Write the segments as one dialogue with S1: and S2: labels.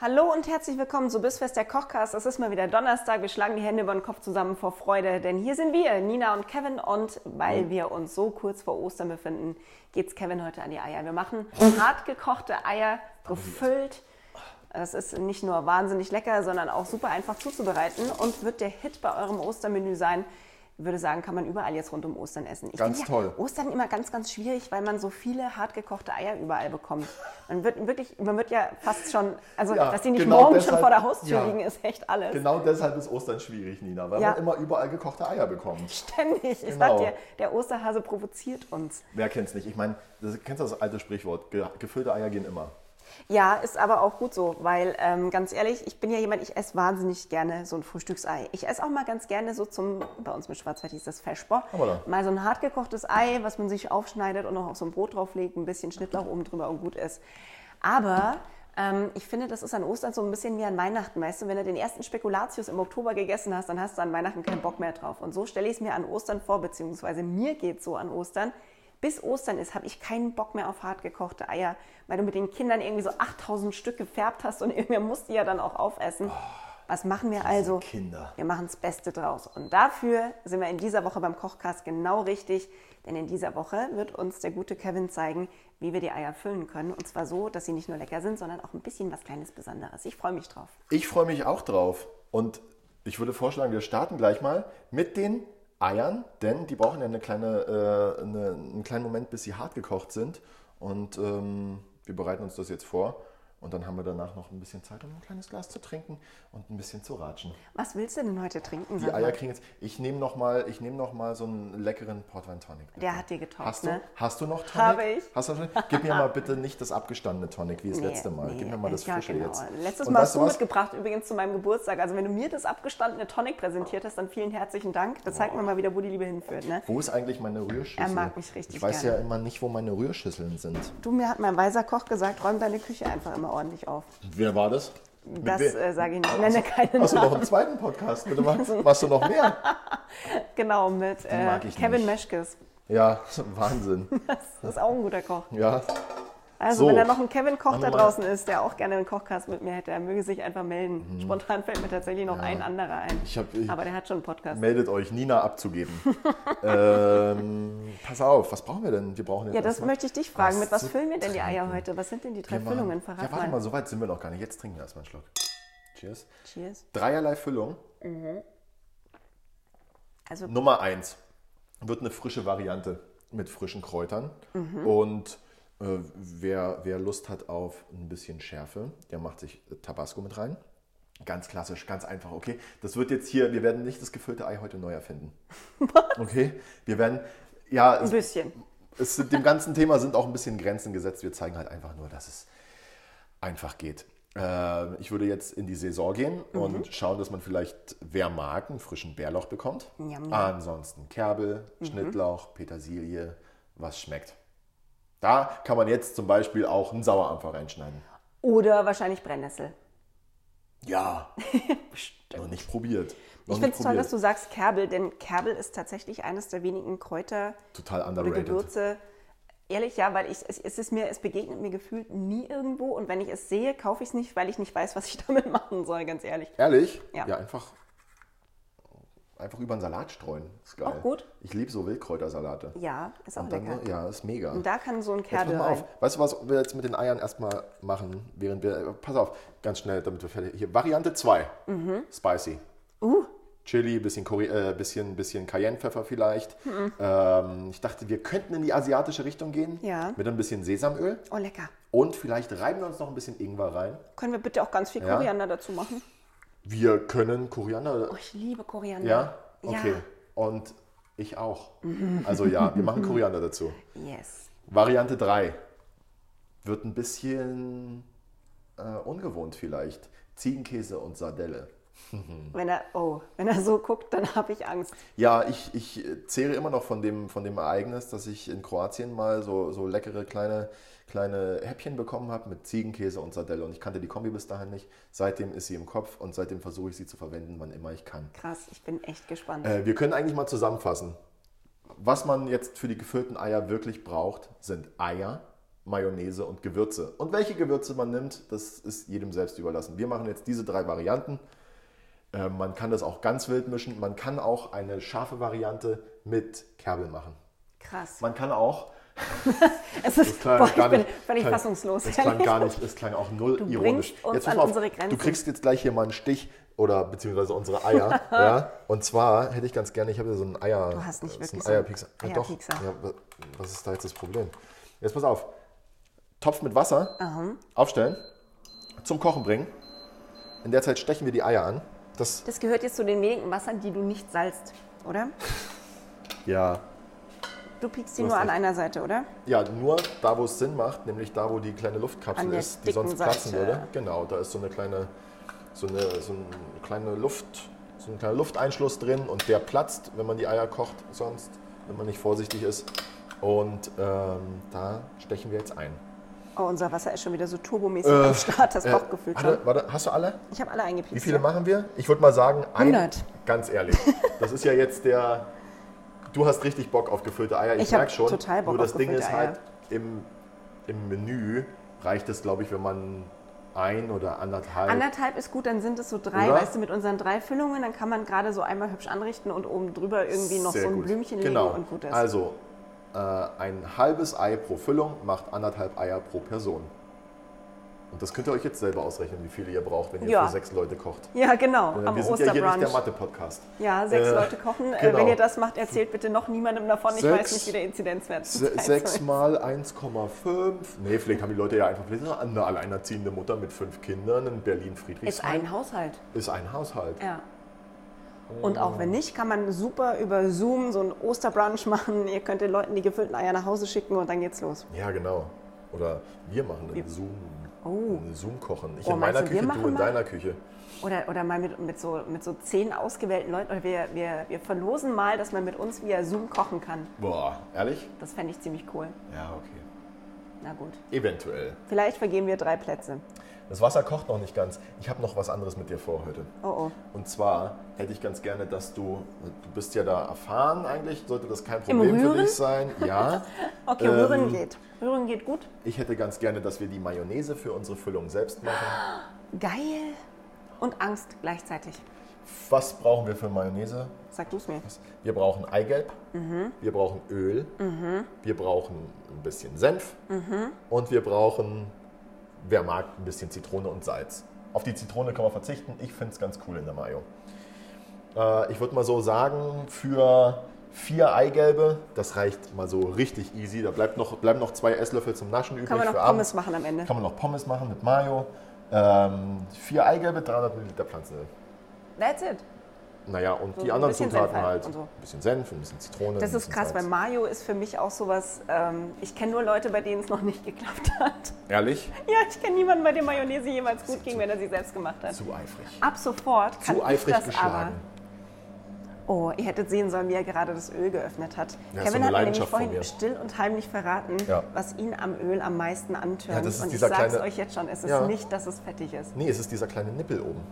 S1: Hallo und herzlich willkommen zu Bissfest der Kochcast. Es ist mal wieder Donnerstag. Wir schlagen die Hände über den Kopf zusammen vor Freude, denn hier sind wir, Nina und Kevin. Und weil wir uns so kurz vor Ostern befinden, geht's Kevin heute an die Eier. Wir machen hart gekochte Eier, gefüllt. Es ist nicht nur wahnsinnig lecker, sondern auch super einfach zuzubereiten und wird der Hit bei eurem Ostermenü sein. Ich würde sagen, kann man überall jetzt rund um Ostern essen. Ich
S2: Ganz
S1: denke
S2: toll.
S1: Ja, Ostern immer ganz, ganz schwierig, weil man so viele hart gekochte Eier überall bekommt. Man wird wirklich, man wird ja fast schon, also
S2: Ja,
S1: dass die nicht
S2: genau
S1: morgen schon
S2: deshalb-
S1: vor der Haustür
S2: ja.
S1: liegen, ist echt alles.
S2: Genau deshalb ist Ostern schwierig, Nina, weil
S1: Ja.
S2: man immer überall gekochte Eier bekommt.
S1: Ständig. Ich sag
S2: Genau.
S1: dir, der Osterhase provoziert uns.
S2: Wer kennt's nicht? Ich meine, das, kennst du das alte Sprichwort? Ge gefüllte Eier gehen immer.
S1: Ja, ist aber auch gut so, weil ähm, ganz ehrlich, ich bin ja jemand, ich esse wahnsinnig gerne so ein Frühstücksei. Ich esse auch mal ganz gerne so zum, bei uns mit Schwarzwald hieß das Feschbock,
S2: Aber da.
S1: mal so ein hartgekochtes Ei, was man sich aufschneidet und noch auf so ein Brot drauflegt, ein bisschen Schnittlauch oben drüber und gut ist. Aber ähm, ich finde, das ist an Ostern so ein bisschen wie an Weihnachten, weißt du, wenn du den ersten Spekulatius im Oktober gegessen hast, dann hast du an Weihnachten keinen Bock mehr drauf. Und so stelle ich es mir an Ostern vor, beziehungsweise mir geht so an Ostern. Bis Ostern ist, habe ich keinen Bock mehr auf hart gekochte Eier, weil du mit den Kindern irgendwie so 8000 Stück gefärbt hast und irgendwer muss die ja dann auch aufessen. Was machen wir also?
S2: Kinder.
S1: Wir machen das Beste draus. Und dafür sind wir in dieser Woche beim Kochcast genau richtig, denn in dieser Woche wird uns der gute Kevin zeigen, wie wir die Eier füllen können. Und zwar so, dass sie nicht nur lecker sind, sondern auch ein bisschen was kleines Besonderes. Ich freue mich drauf.
S2: Ich freue mich auch drauf. Und ich würde vorschlagen, wir starten gleich mal mit den Eiern, denn die brauchen ja eine kleine, äh, eine, einen kleinen Moment, bis sie hart gekocht sind. Und ähm, wir bereiten uns das jetzt vor. Und dann haben wir danach noch ein bisschen Zeit, um ein kleines Glas zu trinken und ein bisschen zu ratschen.
S1: Was willst du denn heute trinken?
S2: Die
S1: sag mal?
S2: Eier kriegen jetzt. Ich nehme noch mal, ich nehme noch mal so einen leckeren Portwein Tonic. bitte.
S1: Der hat dir getaugt,
S2: Hast du,
S1: ne?
S2: hast du noch Tonic?
S1: Habe ich.
S2: Hast du noch Tonic? Gib mir mal bitte nicht das abgestandene Tonic wie das
S1: Nee,
S2: letzte Mal.
S1: nee,
S2: Gib mir mal das
S1: ja,
S2: frische
S1: genau.
S2: jetzt.
S1: Letztes
S2: Und
S1: Mal
S2: weißt
S1: hast du
S2: was?
S1: mitgebracht, übrigens zu meinem Geburtstag. Also wenn du mir das abgestandene Tonic präsentiert hast, dann vielen herzlichen Dank. Da zeigt man mal wieder, wo die Liebe hinführt. Ne?
S2: Wo ist eigentlich meine Rührschüssel?
S1: Er mag mich richtig
S2: Ich weiß
S1: gerne.
S2: ja immer nicht, wo meine Rührschüsseln sind.
S1: Du, mir hat mein weiser Koch gesagt, räum deine Küche einfach immer ordentlich auf.
S2: Wer war das?
S1: Das äh, sage ich nicht. Nenne keinen
S2: Hast du noch
S1: Namen.
S2: einen zweiten Podcast? Bitte machst, machst du noch mehr?
S1: Genau, mit äh,
S2: mag ich
S1: Kevin
S2: nicht.
S1: Meschkes.
S2: Ja, Wahnsinn.
S1: Das ist auch ein guter Koch.
S2: Ja,
S1: Also,
S2: So.
S1: wenn da noch ein Kevin Koch
S2: Machen
S1: da
S2: wir mal.
S1: draußen ist, der auch gerne einen Kochcast mit mir hätte, er möge sich einfach melden. Spontan fällt mir tatsächlich noch ein anderer ein.
S2: Mhm. Ich hab- ich-
S1: Aber der hat schon einen Podcast.
S2: meldet euch, Nina abzugeben. ähm, pass auf, was brauchen wir denn? Wir brauchen jetzt
S1: Ja, das
S2: erstmal-
S1: möchte ich dich fragen. Mit was
S2: zu
S1: füllen wir denn die Eier
S2: trinken.
S1: heute? Was sind denn die drei
S2: Wir machen-
S1: Füllungen? Verrat
S2: Ja, warte mal,
S1: mal.
S2: so weit sind wir noch gar nicht. Jetzt trinken wir erstmal einen Schluck. Cheers.
S1: Cheers.
S2: Dreierlei Füllung.
S1: Also-
S2: Nummer eins wird eine frische Variante mit frischen Kräutern. Und äh, wer, wer Lust hat auf ein bisschen Schärfe, der macht sich Tabasco mit rein. Ganz klassisch, ganz einfach, okay? Das wird jetzt hier, wir werden nicht das gefüllte Ei heute neu erfinden. Okay? Wir werden, ja,
S1: Ein
S2: es,
S1: bisschen.
S2: es, sind- dem ganzen Thema sind auch ein bisschen Grenzen gesetzt. Wir zeigen halt einfach nur, dass es einfach geht. Äh, ich würde jetzt in die Saison gehen
S1: Mhm.
S2: und schauen, dass man vielleicht, wer mag, einen frischen Bärlauch bekommt.
S1: Njam, njam.
S2: Ansonsten Kerbe,
S1: Mhm.
S2: Schnittlauch, Petersilie, was schmeckt. Da kann man jetzt zum Beispiel auch einen Sauerampfer reinschneiden.
S1: Oder wahrscheinlich Brennnessel.
S2: Ja, noch nicht probiert. Noch
S1: Ich
S2: nicht
S1: finde es toll,
S2: probiert.
S1: dass du sagst Kerbel, denn Kerbel ist tatsächlich eines der wenigen Kräuter,
S2: Total
S1: oder
S2: underrated.
S1: Gewürze. Ehrlich, ja, weil ich, es, es ist mir, es begegnet mir gefühlt nie irgendwo und wenn ich es sehe, kaufe ich es nicht, weil ich nicht weiß, was ich damit machen soll, ganz ehrlich.
S2: Ehrlich?
S1: Ja.
S2: einfach, einfach über einen Salat streuen. Ist geil.
S1: Auch gut.
S2: Ich liebe so Wildkräutersalate.
S1: Ja, ist auch
S2: Und dann,
S1: lecker.
S2: noch- ja, ist mega.
S1: Und da kann so ein
S2: Jetzt
S1: Kerbel
S2: pass mal
S1: rein.
S2: auf. Weißt du, was wir jetzt mit den Eiern erstmal machen, während wir. Pass auf, ganz schnell, damit wir fertig. Hier, Variante 2. Spicy.
S1: Mhm. Uh,
S2: Chili, bisschen, Kori äh, bisschen, bisschen Cayennepfeffer vielleicht.
S1: Mhm.
S2: Ähm, ich dachte, wir könnten in die asiatische Richtung gehen.
S1: Ja.
S2: Mit ein bisschen Sesamöl.
S1: oh lecker.
S2: Und vielleicht reiben wir uns noch ein bisschen Ingwer rein.
S1: Können wir bitte auch ganz viel
S2: Ja.
S1: Koriander dazu machen?
S2: Wir können Koriander.
S1: Oh, ich liebe Koriander.
S2: ja? Okay.
S1: Ja.
S2: Und ich auch. Also ja, wir machen Koriander dazu.
S1: Yes.
S2: Variante 3 wird ein bisschen äh, ungewohnt vielleicht. Ziegenkäse und Sardelle.
S1: Wenn er, oh, wenn er so guckt, dann habe ich Angst.
S2: Ja, ich, ich äh, zehre immer noch von dem, von dem Ereignis, dass ich in Kroatien mal so, so leckere kleine, kleine Häppchen bekommen habe mit Ziegenkäse und Sardelle. Und ich kannte die Kombi bis dahin nicht. Seitdem ist sie im Kopf und seitdem versuche ich sie zu verwenden, wann immer ich kann.
S1: Krass, ich bin echt gespannt.
S2: Äh, wir können eigentlich mal zusammenfassen. Was man jetzt für die gefüllten Eier wirklich braucht, sind Eier, Mayonnaise und Gewürze. Und welche Gewürze man nimmt, das ist jedem selbst überlassen. Wir machen jetzt diese drei Varianten. Äh, Man kann das auch ganz wild mischen. Man kann auch eine scharfe Variante mit Kerbel machen.
S1: Krass.
S2: Man kann auch.
S1: Es ist,
S2: Klar,
S1: boah, ich
S2: gar
S1: bin
S2: nicht-
S1: völlig
S2: klar,
S1: fassungslos.
S2: Das klang
S1: ehrlich.
S2: gar nicht, es klang auch null ironisch.
S1: bringst uns
S2: muss
S1: an
S2: man
S1: unsere Grenzen.
S2: Du kriegst jetzt gleich hier mal einen Stich oder beziehungsweise unsere Eier. ja? Und zwar hätte ich ganz gerne, ich habe hier so einen Eier. Du
S1: hast nicht wirklich so einen
S2: so einen Eierpiekser. Ja, doch.
S1: Eierpiekser.
S2: Ja, wa- was ist da jetzt das Problem? Jetzt pass auf. Topf mit Wasser aufstellen, zum Kochen bringen. In der Zeit stechen wir die Eier an. Das,
S1: Das gehört jetzt zu den wenigen Wassern, die du nicht salzt, oder?
S2: ja,
S1: Du piekst die
S2: Du
S1: nur
S2: hast
S1: an
S2: recht.
S1: einer Seite, oder?
S2: Ja, nur da, wo es Sinn macht, nämlich da, wo die kleine Luftkapsel
S1: An der
S2: ist, die sonst
S1: dicken
S2: platzen
S1: Seite.
S2: würde. Genau, da ist so eine kleine, so eine, so eine kleine Luft, so ein kleiner Lufteinschluss drin und der platzt, wenn man die Eier kocht, sonst, wenn man nicht vorsichtig ist. Und ähm, da stechen wir jetzt ein.
S1: Oh, unser Wasser ist schon wieder so turbomäßig
S2: Äh,
S1: am Start, Äh, das Bauchgefühl
S2: warte,
S1: schon.
S2: warte, hast du alle?
S1: Ich habe alle eingepiekst.
S2: Wie viele
S1: ja.
S2: machen wir? Ich würde mal sagen, ein,
S1: 100.
S2: ganz ehrlich. Das ist ja jetzt der. Du hast richtig Bock auf gefüllte Eier. Ich,
S1: Ich hab
S2: merk schon.
S1: total Bock
S2: Nur das
S1: auf
S2: Ding
S1: gefüllte
S2: ist halt, im, im Menü reicht es, glaube ich, wenn man ein oder anderthalb.
S1: Anderthalb ist gut, dann sind es so drei,
S2: Oder?
S1: weißt du, mit unseren drei Füllungen, dann kann man gerade so einmal hübsch anrichten und oben drüber irgendwie noch
S2: Sehr
S1: so ein
S2: gut.
S1: Blümchen
S2: genau.
S1: legen und gut ist.
S2: Also äh, ein halbes Ei pro Füllung macht anderthalb Eier pro Person. Und das könnt ihr euch jetzt selber ausrechnen, wie viele ihr braucht, wenn ihr
S1: Ja.
S2: für sechs Leute kocht.
S1: ja, genau,
S2: Äh,
S1: am
S2: Wir sind ja hier nicht der
S1: Osterbrunch.
S2: Mathe-Podcast.
S1: Ja, sechs
S2: Äh,
S1: Leute kochen. Äh,
S2: genau.
S1: Wenn ihr das macht, erzählt bitte noch niemandem davon. Ich weiß
S2: Sechs-
S1: nicht, wie der Inzidenzwert ist.
S2: Se- Sechs mal 1,5. Nee, vielleicht haben die Leute ja einfach vielleicht ist eine alleinerziehende Mutter mit fünf Kindern in
S1: Ist
S2: Berlin-Friedrichshain.
S1: ein Haushalt.
S2: Ist ein Haushalt.
S1: Ja.
S2: Oh.
S1: Und auch wenn nicht, kann man super über Zoom so einen Osterbrunch machen. Ihr könnt den Leuten die gefüllten Eier nach Hause schicken und dann geht's los.
S2: Ja, genau. Oder wir machen einen Zoom.
S1: Oh.
S2: einen Zoom-Kochen. Ich
S1: Oh,
S2: in meiner
S1: meinst du, wir
S2: Küche,
S1: machen
S2: du in
S1: mal?
S2: deiner Küche.
S1: Oder, oder mal mit, mit, so, mit so zehn ausgewählten Leuten. Oder wir, wir, wir verlosen mal, dass man mit uns via Zoom kochen kann.
S2: Boah, ehrlich?
S1: Das fände ich ziemlich cool.
S2: Ja, okay.
S1: Na gut.
S2: Eventuell.
S1: Vielleicht vergeben wir drei Plätze.
S2: Das Wasser kocht noch nicht ganz. Ich habe noch was anderes mit dir vor heute.
S1: Oh oh.
S2: Und zwar hätte ich ganz gerne, dass du, du bist ja da erfahren eigentlich, sollte das kein
S1: Im
S2: Problem für
S1: Rühren?
S2: dich sein. Ja.
S1: Okay,
S2: Ähm,
S1: Rühren geht. Rühren geht gut.
S2: Ich hätte ganz gerne, dass wir die Mayonnaise für unsere Füllung selbst machen.
S1: Geil. Und Angst gleichzeitig.
S2: Was brauchen wir für Mayonnaise?
S1: Sag du's mir.
S2: Wir brauchen Eigelb, wir brauchen Öl, wir brauchen ein bisschen Senf und wir brauchen, wer mag, ein bisschen Zitrone und Salz. Auf die Zitrone kann man verzichten. Ich finde es ganz cool in der Mayo. Äh, ich würde mal so sagen, für vier Eigelbe, das reicht mal so richtig easy. Da bleibt noch, bleiben noch zwei Esslöffel zum Naschen übrig.
S1: Kann man
S2: für
S1: noch
S2: abends.
S1: Pommes machen am Ende.
S2: Kann man noch Pommes machen mit Mayo. Ähm, vier Eigelbe, 300 Milliliter Pflanzenöl.
S1: That's it.
S2: Naja, und
S1: So
S2: die
S1: ein
S2: anderen
S1: bisschen
S2: Zutaten
S1: Senf halt
S2: halt.
S1: und so.
S2: Ein bisschen Senf, ein bisschen Zitrone.
S1: Das
S2: ein
S1: ist
S2: bisschen
S1: krass, weil
S2: Salz.
S1: Mayo ist für mich auch sowas, ähm, ich kenne nur Leute, bei denen es noch nicht geklappt hat.
S2: Ehrlich?
S1: Ja, ich kenne niemanden, bei dem Mayonnaise jemals gut ging, wenn er sie selbst gemacht hat.
S2: Zu eifrig.
S1: Ab sofort kann
S2: Zu eifrig
S1: ich das
S2: geschlagen.
S1: aber. Oh, ihr hättet sehen sollen, wie er gerade das Öl geöffnet hat.
S2: Ja, ist
S1: Kevin hat
S2: so eine
S1: mir nämlich
S2: Leidenschaft von
S1: vorhin
S2: mir.
S1: still und heimlich verraten,
S2: Ja.
S1: was ihn am Öl am meisten antört.
S2: Ja, das ist
S1: und ich
S2: dieser
S1: sag's
S2: kleine-
S1: euch jetzt schon, es ist
S2: Ja.
S1: nicht, dass es fettig ist.
S2: Nee, es ist dieser kleine Nippel oben.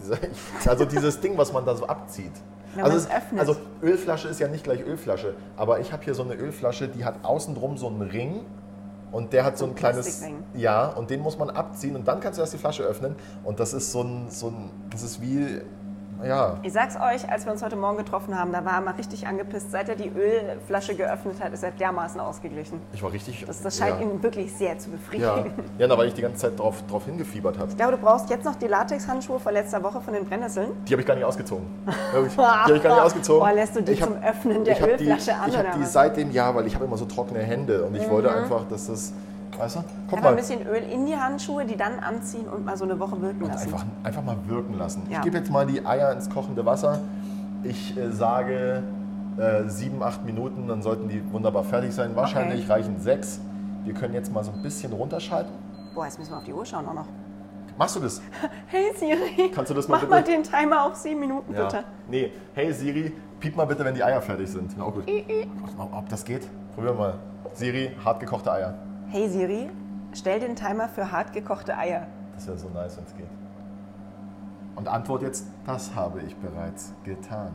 S2: Dieser, also dieses Ding, was man da so abzieht.
S1: Wenn
S2: also,
S1: man's
S2: es-
S1: öffnet.
S2: also Ölflasche ist ja nicht gleich Ölflasche, aber ich habe hier so eine Ölflasche, die hat außen drum so einen Ring und der hat so ein kleines
S1: Plastikring.
S2: ja und den muss man abziehen und dann kannst du erst die Flasche öffnen und das ist so ein so ein das ist wie ja
S1: Ich sag's euch, als wir uns heute Morgen getroffen haben, da war er mal richtig angepisst. Seit er die Ölflasche geöffnet hat, ist er dermaßen ausgeglichen.
S2: ich war richtig
S1: Das, das scheint
S2: ja.
S1: ihn wirklich sehr zu befriedigen.
S2: ja ja da weil ich die ganze Zeit drauf drauf hingefiebert habe
S1: Ich glaube, du brauchst jetzt noch die Latexhandschuhe von letzter Woche von den Brennnesseln.
S2: Die habe ich gar nicht ausgezogen. Die habe ich, die hab ich gar nicht ausgezogen.
S1: Boah, lässt du die
S2: Ich hab-
S1: zum Öffnen der
S2: ich hab
S1: Ölflasche
S2: die,
S1: an,
S2: Ich
S1: oder
S2: habe die
S1: was? Mhm.
S2: seitdem, ja, weil ich habe immer so trockene Hände und ich wollte einfach, dass das, weißt du, guck
S1: Einfach
S2: mal,
S1: ein bisschen Öl in die Handschuhe, die dann anziehen und mal so eine Woche wirken lassen.
S2: einfach, einfach mal wirken lassen.
S1: Ja.
S2: Ich gebe jetzt mal die Eier ins kochende Wasser. Ich äh, sage äh, sieben, acht Minuten, dann sollten die wunderbar fertig sein. Wahrscheinlich reichen sechs. Wir können jetzt mal so ein bisschen runterschalten.
S1: Boah, jetzt müssen wir auf die Uhr schauen auch noch.
S2: Machst du das?
S1: Hey Siri,
S2: Kannst du das mal
S1: mach mal
S2: bitte-
S1: den Timer auf sieben Minuten bitte.
S2: Nee, hey Siri, piep mal bitte, wenn die Eier fertig sind. Na, auch gut. Ob- Ob das geht? Probieren wir mal. Siri, hart gekochte Eier.
S1: Hey Siri, stell den Timer für hart gekochte Eier.
S2: Das wäre so nice, wenn es geht. Und Antwort jetzt, das habe ich bereits getan.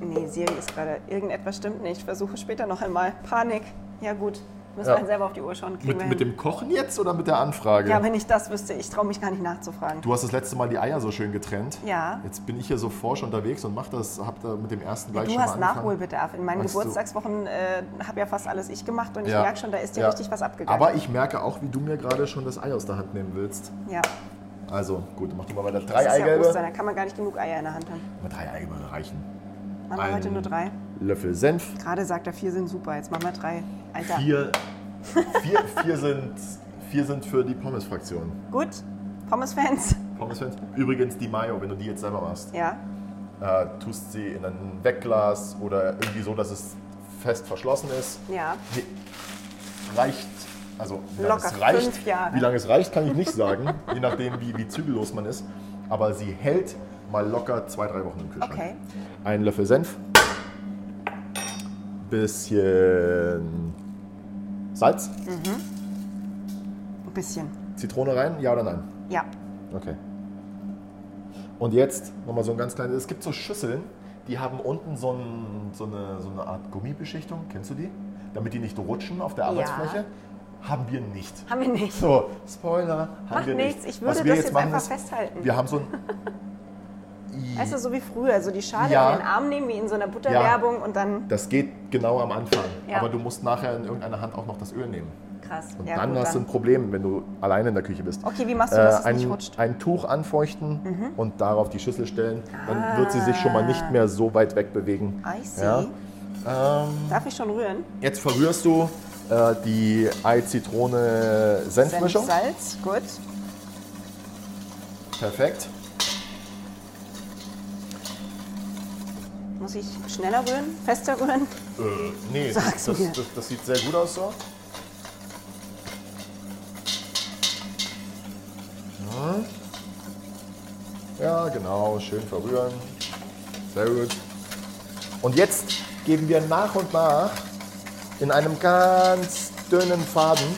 S1: Nee, Siri ist gerade, irgendetwas stimmt nicht. Versuche später noch einmal. Panik. Ja gut, müssen
S2: Ja.
S1: wir selber auf die Uhr schauen. Kriegen wir
S2: Mit, mit
S1: hin.
S2: dem Kochen jetzt oder mit der Anfrage?
S1: ja, wenn ich das wüsste, ich traue mich gar nicht nachzufragen.
S2: du hast das letzte Mal die Eier so schön getrennt.
S1: Ja.
S2: Jetzt bin ich hier so forsch unterwegs und mach das, hab da mit dem ersten gleich
S1: Du
S2: schon
S1: hast
S2: mal angefangen.
S1: Nachholbedarf. In meinen
S2: Hast du-
S1: Geburtstagswochen äh, habe ja fast alles ich gemacht und ich
S2: Ja.
S1: merke schon, da ist dir
S2: Ja.
S1: richtig was abgegangen.
S2: Aber ich merke auch, wie du mir gerade schon das Ei aus der Hand nehmen willst.
S1: ja,
S2: Also, gut, dann mach du mal weiter.
S1: das
S2: Drei
S1: ist ja
S2: Eigelbe.
S1: Ostern, da kann man gar nicht genug Eier in der Hand haben.
S2: Mal drei Eigelbe reichen.
S1: Machen wir
S2: Ein-
S1: heute nur drei.
S2: Löffel Senf.
S1: Gerade sagt er, vier sind super, jetzt machen wir drei. Alter,
S2: Vier, vier, vier, sind, vier sind für die Pommes-Fraktion.
S1: gut. Pommes-Fans.
S2: Pommes-Fans? Übrigens die Mayo, wenn du die jetzt selber machst.
S1: Ja,
S2: Äh, tust sie in ein Wegglas oder irgendwie so, dass es fest verschlossen ist.
S1: ja.
S2: Nee, reicht, also wie lange
S1: Locker
S2: es reicht,
S1: fünf Jahre.
S2: wie lange es reicht, kann ich nicht sagen, je nachdem wie, wie zügellos man ist. Aber sie hält mal locker zwei, drei Wochen im Kühlschrank.
S1: Okay.
S2: Ein Löffel Senf, bisschen Salz,
S1: Ein bisschen.
S2: Zitrone rein, ja oder nein?
S1: Ja.
S2: Okay. Und jetzt nochmal so ein ganz kleines, es gibt so Schüsseln, die haben unten so, ein, so, eine, so eine Art Gummibeschichtung, kennst du die? Damit die nicht rutschen auf der Arbeitsfläche. Haben wir nicht.
S1: Haben wir nicht.
S2: So, Spoiler, haben
S1: Macht
S2: wir
S1: nichts,
S2: nicht.
S1: ich würde
S2: Was wir
S1: das jetzt
S2: machen,
S1: einfach
S2: ist,
S1: festhalten.
S2: Wir haben so ein.
S1: Weißt du, so wie früher, so die Schale
S2: Ja.
S1: in den Arm nehmen, wie in so einer Butterwerbung und dann
S2: Das geht genau am Anfang.
S1: Ja.
S2: Aber du musst nachher in irgendeiner Hand auch noch das Öl nehmen.
S1: krass.
S2: Und
S1: ja,
S2: dann
S1: gut,
S2: hast du ein Problem, wenn du alleine in der Küche bist. Äh,
S1: Okay, wie machst du, dass es
S2: ein,
S1: nicht rutscht? Mhm.
S2: Ein Tuch anfeuchten und darauf die Schüssel stellen. Dann wird sie sich schon mal
S1: Ah.
S2: nicht mehr so weit weg bewegen.
S1: I see.
S2: Ja. Ähm.
S1: Darf ich schon rühren?
S2: Jetzt verrührst du äh, die
S1: Senf,
S2: Ei-Zitrone-Senfmischung.
S1: Salz, gut.
S2: Perfekt.
S1: Muss ich schneller rühren, fester rühren?
S2: Äh, nee,
S1: Sag's
S2: das, das,
S1: mir.
S2: das, das sieht sehr gut aus so. Ja. ja, genau, schön verrühren. Sehr gut. Und jetzt geben wir nach und nach in einem ganz dünnen Faden.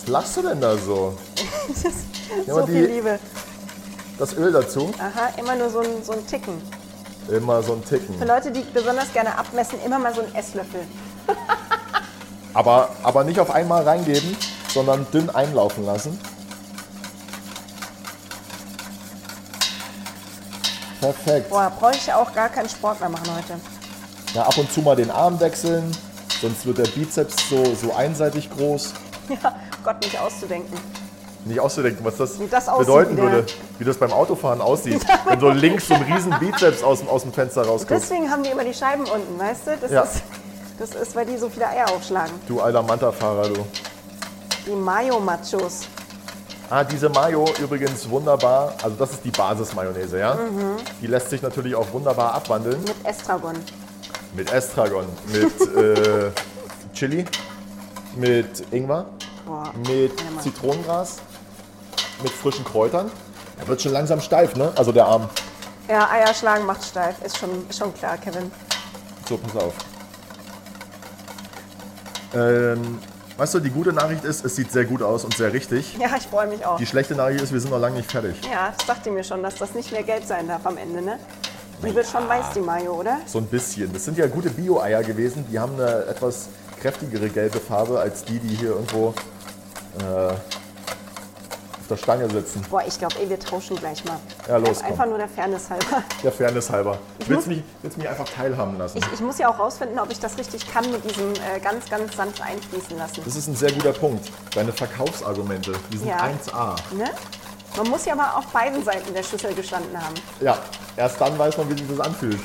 S2: Was lachst du denn da so?
S1: Das ist
S2: Ja,
S1: so
S2: aber die-
S1: viel Liebe.
S2: Das Öl dazu?
S1: Aha, immer nur so ein, so ein Ticken.
S2: Immer so ein Ticken.
S1: Für Leute, die besonders gerne abmessen, immer mal so ein Esslöffel.
S2: Aber, aber nicht auf einmal reingeben, sondern dünn einlaufen lassen. Perfekt.
S1: Boah, brauche ich auch gar keinen Sport mehr machen heute.
S2: Ja, ab und zu mal den Arm wechseln, sonst wird der Bizeps so, so einseitig groß.
S1: Ja, Gott, nicht auszudenken.
S2: Nicht auszudenken, was das,
S1: Wie das aussieht,
S2: bedeuten
S1: ja.
S2: würde, wie das beim Autofahren aussieht, wenn so links so ein riesen Bizeps aus, dem- aus dem Fenster rausguckt.
S1: Deswegen haben die immer die Scheiben unten, weißt du? Das,
S2: Ja.
S1: ist, das ist, weil die so viele Eier aufschlagen.
S2: Du alter Manta-Fahrer, du.
S1: Die Mayo-Machos.
S2: Ah, diese Mayo übrigens wunderbar, also das ist die Basis-Mayonnaise, ja?
S1: Mhm.
S2: Die lässt sich natürlich auch wunderbar abwandeln.
S1: Mit Estragon.
S2: Mit Estragon, mit äh, Chili, mit Ingwer,
S1: Boah.
S2: mit Zitronengras, mit frischen Kräutern. Er wird schon langsam steif, ne? Also der Arm.
S1: Ja, Eier schlagen macht steif. Ist schon, ist schon klar, Kevin.
S2: So, pass auf. Ähm, weißt du, die gute Nachricht ist, es sieht sehr gut aus und sehr richtig.
S1: Ja, ich freue mich auch.
S2: Die schlechte Nachricht ist, wir sind noch lange nicht fertig.
S1: Ja, das dachte mir schon, dass das nicht mehr Geld sein darf am Ende, ne? Die wird schon weiß, die Mayo, oder?
S2: So ein bisschen. Das sind ja gute Bio-Eier gewesen. Die haben eine etwas kräftigere gelbe Farbe als die, die hier irgendwo äh, auf der Stange sitzen.
S1: Boah, ich glaube, wir tauschen gleich mal.
S2: Ja, los, komm.
S1: Einfach nur der Fairness halber.
S2: Der Fairness halber. Ich
S1: muss-
S2: willst mich, willst mich einfach teilhaben lassen.
S1: Ich, ich muss ja auch rausfinden, ob ich das richtig kann mit diesem äh, ganz, ganz sanft einfließen lassen.
S2: Das ist ein sehr guter Punkt. Deine Verkaufsargumente, die sind
S1: Ja.
S2: 1A.
S1: Ne? Man muss ja mal auf beiden Seiten der Schüssel gestanden haben.
S2: Ja, erst dann weiß man, wie sich das anfühlt.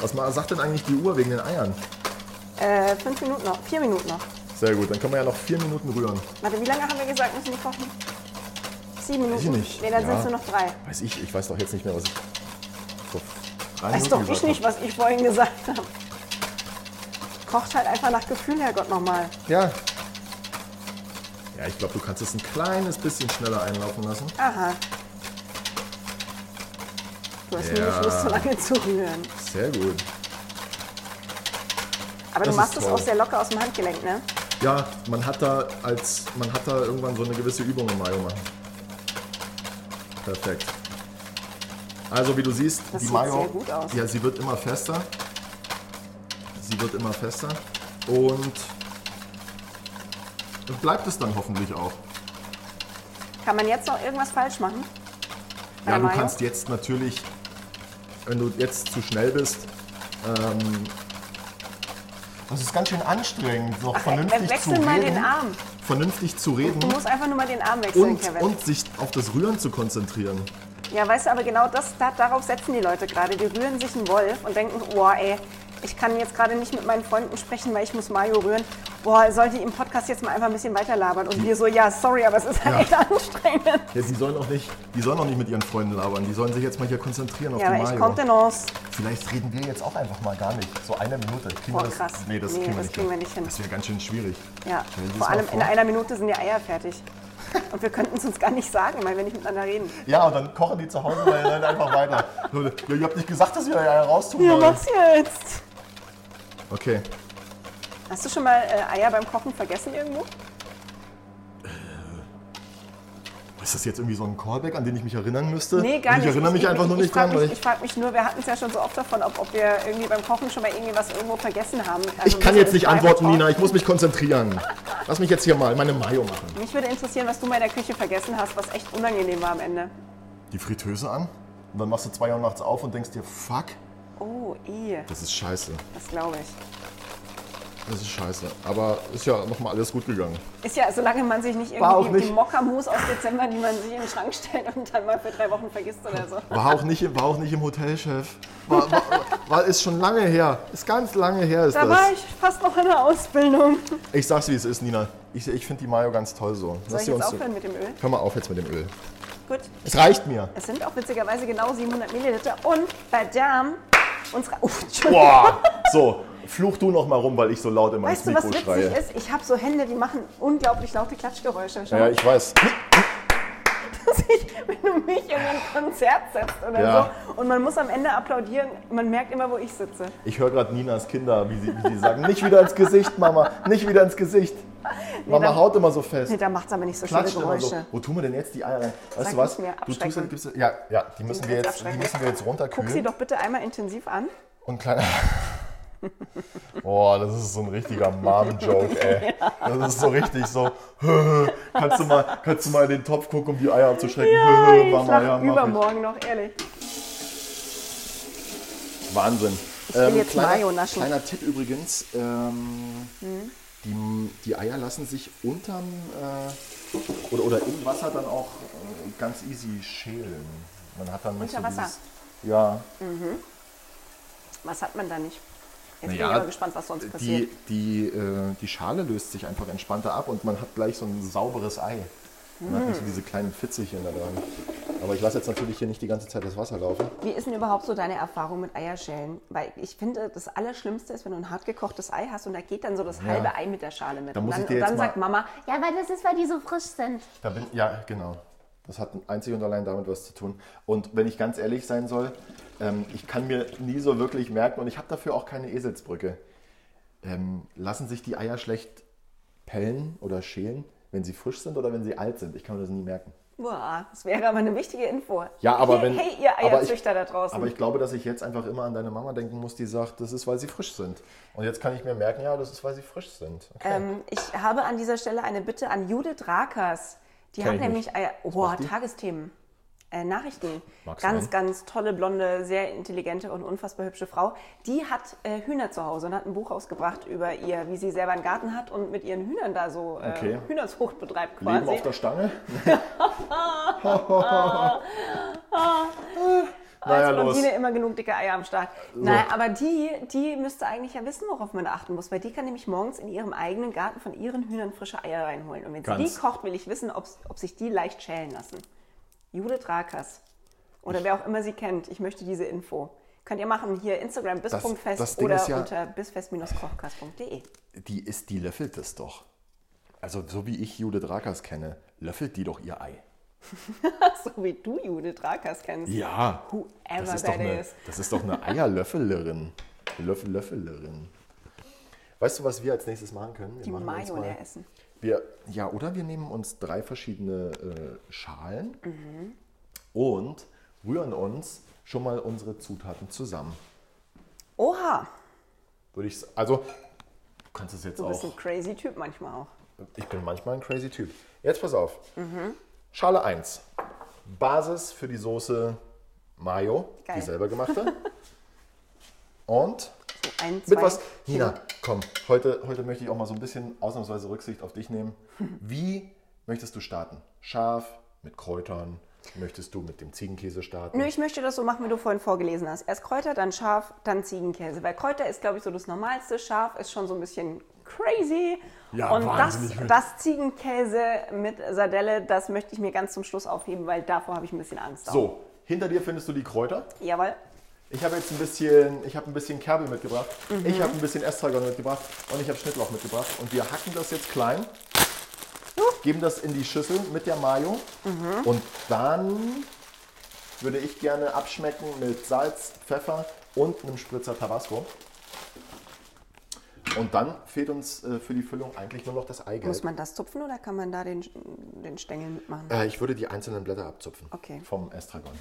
S2: Was ma- sagt denn eigentlich die Uhr wegen den Eiern?
S1: Äh, fünf Minuten noch, vier Minuten noch.
S2: Sehr gut, dann können wir ja noch vier Minuten rühren.
S1: Warte, wie lange haben wir gesagt, müssen wir kochen? Sieben Minuten.
S2: Weiß ich nicht.
S1: Nee, dann
S2: Ja.
S1: sind es nur noch drei.
S2: Weiß ich, ich weiß doch jetzt nicht mehr, was ich. So, drei
S1: Weiß
S2: Minuten
S1: doch
S2: gesagt ne?
S1: ich nicht, was ich vorhin gesagt habe. Kocht halt einfach nach Gefühl, Herrgott, nochmal.
S2: hab. Ja. Ja, ich glaube, du kannst es ein kleines bisschen schneller einlaufen lassen.
S1: Aha. Du hast
S2: Ja.
S1: nämlich Lust, so lange zu rühren.
S2: Sehr gut.
S1: Aber
S2: Das
S1: du machst
S2: ist
S1: es
S2: toll.
S1: auch sehr locker aus dem Handgelenk, ne?
S2: Ja, man hat da als man hat da irgendwann so eine gewisse Übung im Mayo machen. Perfekt. Also wie du siehst,
S1: Das
S2: die
S1: sieht
S2: Mayo,
S1: sehr gut aus.
S2: ja, sie wird immer fester. Sie wird immer fester und und bleibt es dann hoffentlich auch.
S1: Kann man jetzt noch irgendwas falsch machen? Bei
S2: Ja,
S1: der
S2: du
S1: Mayo?
S2: kannst jetzt natürlich, wenn du jetzt zu schnell bist, ähm, das ist ganz schön anstrengend, noch vernünftig zu
S1: wechsel
S2: reden.
S1: mal den Arm.
S2: Vernünftig zu reden.
S1: Du musst einfach nur mal den Arm wechseln,
S2: und,
S1: Kevin.
S2: und sich auf das Rühren zu konzentrieren.
S1: Ja, weißt du, aber genau das, da, darauf setzen die Leute gerade. Die rühren sich einen Wolf und denken, boah, ey, ich kann jetzt gerade nicht mit meinen Freunden sprechen, weil ich muss Mario rühren. Boah, sollte ich im Podcast jetzt mal einfach ein bisschen weiterlabern? Und wir so, ja, sorry, aber es ist halt
S2: Ja.
S1: echt anstrengend.
S2: Ja, die sollen auch nicht, die sollen auch nicht mit ihren Freunden labern. Die sollen sich jetzt mal hier konzentrieren auf
S1: Ja,
S2: die
S1: aber ich
S2: Mayo.
S1: Kontenance.
S2: Vielleicht reden wir jetzt auch einfach mal gar nicht. So eine Minute. Kriegen
S1: Boah,
S2: wir das?
S1: krass.
S2: Nee, das,
S1: Nee,
S2: kriegen, wir
S1: das
S2: nicht
S1: kriegen
S2: hin.
S1: wir nicht hin.
S2: Das wäre ganz schön schwierig.
S1: Ja,
S2: Stell dir das
S1: vor
S2: mal
S1: allem in
S2: vor.
S1: einer Minute sind die Eier fertig. Und wir könnten es uns gar nicht sagen, weil wir nicht miteinander reden.
S2: Ja, und dann kochen die zu Hause weil dann halt einfach weiter. Leute, ja, ihr habt nicht gesagt, dass wir da ja raustun
S1: Ja,
S2: wollen.
S1: mach's jetzt.
S2: Okay.
S1: Hast du schon mal äh, Eier beim Kochen vergessen irgendwo?
S2: Ist das jetzt irgendwie so ein Callback, an den ich mich erinnern müsste?
S1: Nee, gar
S2: ich
S1: nicht.
S2: Ich erinnere mich einfach nur
S1: ich
S2: nicht
S1: frag
S2: dran, weil
S1: Mich,
S2: ich,
S1: ich frage mich nur, wir hatten es ja schon so oft davon, ob, ob wir irgendwie beim Kochen schon mal irgendwie was irgendwo vergessen haben. Also
S2: ich kann
S1: ein
S2: jetzt
S1: bisschen
S2: nicht
S1: im
S2: antworten,
S1: Private
S2: Nina.
S1: Talk.
S2: Ich muss mich konzentrieren. Lass mich jetzt hier mal meine Mayo machen.
S1: Mich würde interessieren, was du mal in der Küche vergessen hast, was echt unangenehm war am Ende.
S2: die Fritteuse an und dann machst du zwei Uhr nachts auf und denkst dir, fuck,
S1: Oh, i,
S2: das ist scheiße.
S1: das glaube ich.
S2: Das ist scheiße. Aber ist ja nochmal alles gut gegangen.
S1: Ist ja, solange man sich nicht
S2: War auch
S1: irgendwie die
S2: nicht.
S1: Mokkamus aus Dezember, die man sich in den Schrank stellt und dann mal für drei Wochen vergisst oder so.
S2: War auch nicht, war auch nicht im Hotelchef. War, war, war, ist schon lange her. Ist ganz lange her ist
S1: Da war
S2: das.
S1: ich fast noch in der Ausbildung.
S2: Ich sag's wie es ist, Nina. Ich, ich finde die Mayo ganz toll so.
S1: Soll
S2: Lass
S1: ich
S2: sie
S1: jetzt
S2: uns so.
S1: aufhören mit dem Öl?
S2: Hör mal auf jetzt mit dem Öl.
S1: Gut.
S2: Es reicht mir.
S1: Es sind auch witzigerweise genau 700 Milliliter. Und bei Darm, unsere... Uff, Entschuldigung.
S2: Boah! So, fluch du noch mal rum, weil ich so laut immer
S1: Weißt du, was witzig ist? Ich habe so Hände, die machen unglaublich laute Klatschgeräusche. Schau
S2: Ja,
S1: mal,
S2: ich weiß.
S1: dass ich, wenn du mich in ein Konzert setzt oder
S2: Ja.
S1: so und man muss am Ende applaudieren, man merkt immer, wo ich sitze.
S2: Ich höre gerade Ninas Kinder, wie sie, wie sie sagen, nicht wieder ins Gesicht, Mama, nicht wieder ins Gesicht. Mama
S1: dann-
S2: haut immer so fest.
S1: Nee, da macht es aber nicht so schöne
S2: klatscht immer so.
S1: Geräusche.
S2: Wo tun wir denn jetzt die Eier rein? Weißt
S1: Sag
S2: du was?
S1: nicht mehr,
S2: Du tust
S1: abschrecken.
S2: dann gibst, du- ja, ja, die müssen wir
S1: kannst
S2: jetzt, die
S1: abschrecken.
S2: müssen wir jetzt
S1: Guck sie
S2: runterkühlen.
S1: doch bitte einmal intensiv an.
S2: Und kleiner. Boah, das ist so ein richtiger Mom-Joke, ey. Das ist so richtig so. kannst, du mal, kannst du mal in den Topf gucken, um die Eier abzuschrecken?
S1: ich
S2: Mama,
S1: lach
S2: ja, mach
S1: übermorgen noch, ehrlich.
S2: ich. Wahnsinn. Ich will
S1: jetzt Mayo naschen. Hm?
S2: Kleiner Tipp übrigens: ähm, die, die Eier lassen sich unterm äh, oder, oder im Wasser dann auch äh, ganz easy schälen. Man hat dann nicht
S1: Unter Wasser? Hm,
S2: Dieses, ja,
S1: Was hat man da nicht? Jetzt
S2: Naja,
S1: bin ich aber gespannt, was sonst
S2: die,
S1: passiert.
S2: die, äh, die Schale löst sich einfach entspannter ab und man hat gleich so ein sauberes Ei. Man hat
S1: Hm.
S2: nicht so diese kleinen Fitzelchen da dran. Aber ich lasse jetzt natürlich hier nicht die ganze Zeit das Wasser laufen.
S1: Wie ist denn überhaupt so deine Erfahrung mit Eierschälen? Weil ich finde, das Allerschlimmste ist, wenn du ein hart gekochtes Ei hast und da geht dann so das halbe Ei mit der Schale mit.
S2: Da
S1: und
S2: muss
S1: dann,
S2: ich dir
S1: und
S2: jetzt
S1: dann
S2: mal-
S1: sagt Mama,
S3: Ja, aber das ist, weil die so frisch sind.
S2: Da bin, ja, genau. Das hat einzig und allein damit was zu tun. Und wenn ich ganz ehrlich sein soll, ähm, ich kann mir nie so wirklich merken und ich habe dafür auch keine Eselsbrücke. Ähm, lassen sich die Eier schlecht pellen oder schälen, wenn sie frisch sind oder wenn sie alt sind? Ich kann mir das nie merken.
S1: Boah, das wäre aber eine wichtige Info.
S2: Ja, aber
S1: hey,
S2: wenn.
S1: Hey, ihr
S2: aber ich-
S1: Eierzüchter da draußen.
S2: Aber ich glaube, dass ich jetzt einfach immer an deine Mama denken muss, die sagt, das ist, weil sie frisch sind. Und jetzt kann ich mir merken, ja, das ist, weil sie frisch sind. Okay.
S1: ähm, ich habe an dieser Stelle eine Bitte an Judith Rakers. Die
S2: Kenn
S1: hat
S2: ich
S1: nämlich
S2: nicht.
S1: Eier. Boah,
S2: macht die?
S1: Tagesthemen. Äh, Nachrichten.
S2: Mag
S1: ganz,
S2: sein.
S1: ganz tolle, blonde, sehr intelligente und unfassbar hübsche Frau. Die hat äh, Hühner zu Hause und hat ein Buch rausgebracht über ihr, wie sie selber einen Garten hat und mit ihren Hühnern da so äh,
S2: Okay.
S1: Hühnerzucht betreibt quasi.
S2: Leben auf der Stange. naja,
S1: als
S2: los.
S1: Blondine immer genug dicke Eier am Start. Nein, aber die, die müsste eigentlich ja wissen, worauf man da achten muss, weil die kann nämlich morgens in ihrem eigenen Garten von ihren Hühnern frische Eier reinholen. Und wenn sie
S2: Ganz.
S1: die kocht, will ich wissen, ob, ob sich die leicht schälen lassen. Judith Rakers. Oder wer auch immer sie kennt. Ich möchte diese Info. Könnt ihr machen hier Instagram
S2: das
S1: bisfest
S2: Ding
S1: oder
S2: ist ja-
S1: unter bisfest-kochkast.de.
S2: Die ist, die löffelt es doch. also so wie ich Jude Drakas kenne, löffelt die doch ihr Ei.
S1: so wie du Judith Rakers kennst.
S2: Ja.
S1: Whoever
S2: das ist,
S1: that
S2: doch eine,
S1: is.
S2: das ist doch eine Eierlöffelerin. Löffel, Löffelerin. Weißt du, was wir als nächstes machen können? Wir
S1: Die
S2: machen uns
S1: Mayo
S2: mal-
S1: leer essen.
S2: Wir, ja, oder wir nehmen uns drei verschiedene äh, Schalen
S1: Mhm.
S2: und rühren uns schon mal unsere Zutaten zusammen.
S1: Oha,
S2: Würde ich, s- also, du kannst es jetzt
S1: du bist
S2: auch.
S1: ein crazy Typ manchmal auch.
S2: Ich bin manchmal ein crazy Typ. Jetzt pass auf. Schale 1. Basis für die Soße Mayo,
S1: Geil.
S2: die selber gemachte. Und
S1: So ein,
S2: mit
S1: zwei-
S2: was? Nina, komm, heute, heute möchte ich auch mal so ein bisschen ausnahmsweise Rücksicht auf dich nehmen. Wie möchtest du starten? Scharf, mit Kräutern? Möchtest du mit dem Ziegenkäse starten?
S1: Nö, ich möchte das so machen, wie du vorhin vorgelesen hast. Erst Kräuter, dann Schaf, dann Ziegenkäse. Weil Kräuter ist, glaube ich, so das Normalste. Schaf ist schon so ein bisschen crazy.
S2: Ja,
S1: Und das,
S2: wahnsinnig wild.
S1: das Ziegenkäse mit Sardelle, das möchte ich mir ganz zum Schluss aufheben, weil davor habe ich ein bisschen Angst. Auch.
S2: So, Äh. hinter dir findest du die Kräuter.
S1: Jawohl.
S2: Ich habe jetzt ein bisschen, ich habe ein bisschen Kerbel mitgebracht.
S1: Mhm.
S2: Ich habe ein bisschen Estragon mitgebracht und ich habe Schnittlauch mitgebracht. Und wir hacken das jetzt klein, geben das in die Schüssel mit der Mayo
S1: Mhm.
S2: und dann würde ich gerne abschmecken mit Salz, Pfeffer und einem Spritzer Tabasco. Und dann fehlt uns äh, für die Füllung eigentlich nur noch das
S1: Muss
S2: Eigelb.
S1: man das zupfen oder kann man da den, den Stängel mitmachen?
S2: Äh, ich würde die einzelnen Blätter abzupfen
S1: Okay.
S2: vom Estragon.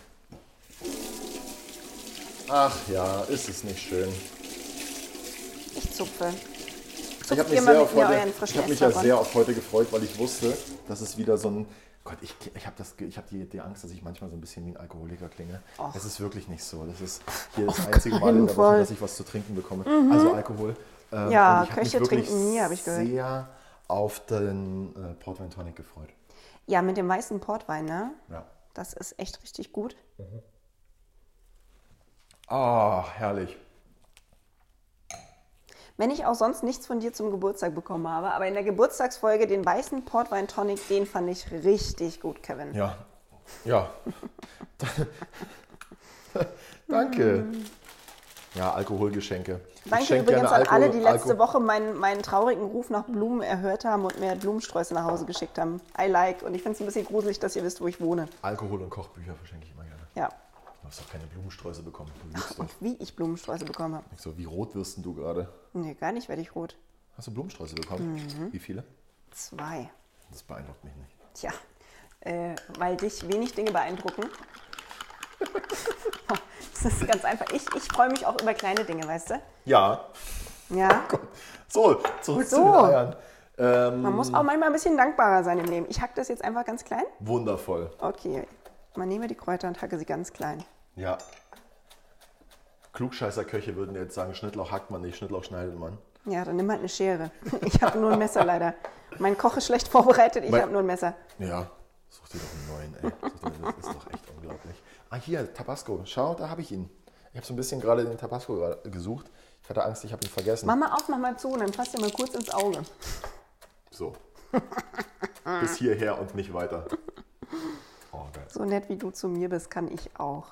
S2: Ach ja, ist es nicht schön.
S1: Ich zupfe.
S2: Ich habe
S1: Zupft
S2: mich,
S1: ihr mal mit
S2: sehr auf
S1: mir
S2: heute-
S1: euren
S2: ich
S1: frischen
S2: hab mich ja
S1: Estragon?
S2: sehr auf heute gefreut, weil ich wusste, dass es wieder so ein. Gott, ich, ich habe hab die, die Angst, dass ich manchmal so ein bisschen wie ein Alkoholiker klinge. Es ist wirklich nicht so. Das ist hier das einzige Mal in der Woche, dass ich was zu trinken bekomme. Also Alkohol. Ähm,
S1: Mhm. Ja,
S2: und ich hab mich
S1: Köche
S2: wirklich
S1: trinken nie, hab ich gehört.
S2: sehr auf den äh, Portwein Tonic gefreut.
S1: Ja, mit dem weißen Portwein, ne?
S2: Ja.
S1: Das ist echt richtig gut.
S2: Ah, herrlich.
S1: Wenn ich auch sonst nichts von dir zum Geburtstag bekommen habe, aber in der Geburtstagsfolge den weißen Portwein Tonic, den fand ich richtig gut, Kevin.
S2: Ja. Ja. Danke. Ja, Alkoholgeschenke. Ich
S1: Mhm. Danke
S2: schenk
S1: übrigens an
S2: gerne
S1: alle, die
S2: Alkohol-
S1: letzte
S2: Alko-
S1: Woche meinen, meinen traurigen Ruf nach Blumen erhört haben und mir Blumensträuße nach Hause geschickt haben. I like. Und ich finde es ein bisschen gruselig, dass ihr wisst, wo ich wohne.
S2: Alkohol und Kochbücher verschenke ich immer gerne.
S1: Ja.
S2: Du hast doch keine Blumensträuße bekommen. Du lügst doch.
S1: Und wie ich Blumensträuße bekommen habe.
S2: Ich so, wie rot wirst denn du gerade?
S1: Nee, gar nicht werde ich rot.
S2: Hast du Blumensträuße bekommen? Wie viele?
S1: Zwei.
S2: Das beeindruckt mich nicht.
S1: Tja, äh, weil dich wenig Dinge beeindrucken. das ist ganz einfach. Ich, ich freue mich auch über kleine Dinge, weißt du?
S2: Ja.
S1: Ja.
S2: So, zurück zu
S1: So.
S2: den Eiern. Ähm,
S1: Man muss auch manchmal ein bisschen dankbarer sein im Leben. Ich hack das jetzt einfach ganz klein.
S2: wundervoll.
S1: Okay, man nehme die Kräuter und hacke sie ganz klein.
S2: Ja. Klugscheißer Köche würden jetzt sagen, Schnittlauch hackt man nicht, Schnittlauch schneidet man.
S1: Ja, dann nimm halt eine Schere. Ich habe nur ein Messer leider. Mein Koch ist schlecht vorbereitet, ich
S2: Weil-
S1: habe nur ein Messer.
S2: Ja. Such dir doch einen neuen, ey. Such dir- Das ist doch echt unglaublich. Ah, hier, Tabasco. Schau, da habe ich ihn. Ich habe so ein bisschen gerade den Tabasco gerade gesucht. Ich hatte Angst, ich habe ihn vergessen.
S1: Mach mal auf, mach mal zu und dann fass dir mal kurz ins Auge.
S2: So. Bis hierher und nicht weiter. Oh, geil.
S1: So nett wie du zu mir bist, kann ich auch.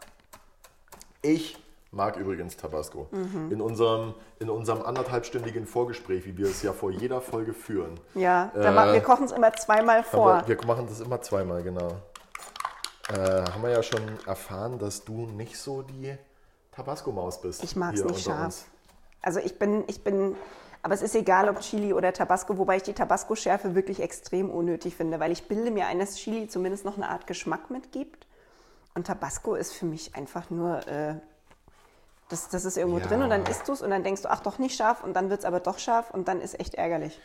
S2: Ich mag übrigens Tabasco.
S1: Mhm.
S2: In, unserem, in unserem anderthalbstündigen Vorgespräch, wie wir es ja vor jeder Folge führen.
S1: Ja,
S2: Äh,
S1: da ma- wir kochen es immer zweimal vor.
S2: aber wir machen das immer zweimal, genau. Äh, haben wir ja schon erfahren, dass du nicht so die Tabasco-Maus bist.
S1: Ich mag's
S2: hier
S1: nicht
S2: unter
S1: scharf.
S2: uns.
S1: Also ich bin, ich bin, aber es ist egal, ob Chili oder Tabasco, wobei ich die Tabasco-Schärfe wirklich extrem unnötig finde, weil ich bilde mir ein, dass Chili zumindest noch eine Art Geschmack mitgibt. Und Tabasco ist für mich einfach nur, äh, das, das ist irgendwo
S2: Ja.
S1: drin und dann isst du es und dann denkst du, ach doch nicht scharf und dann wird es aber doch scharf und dann ist echt ärgerlich.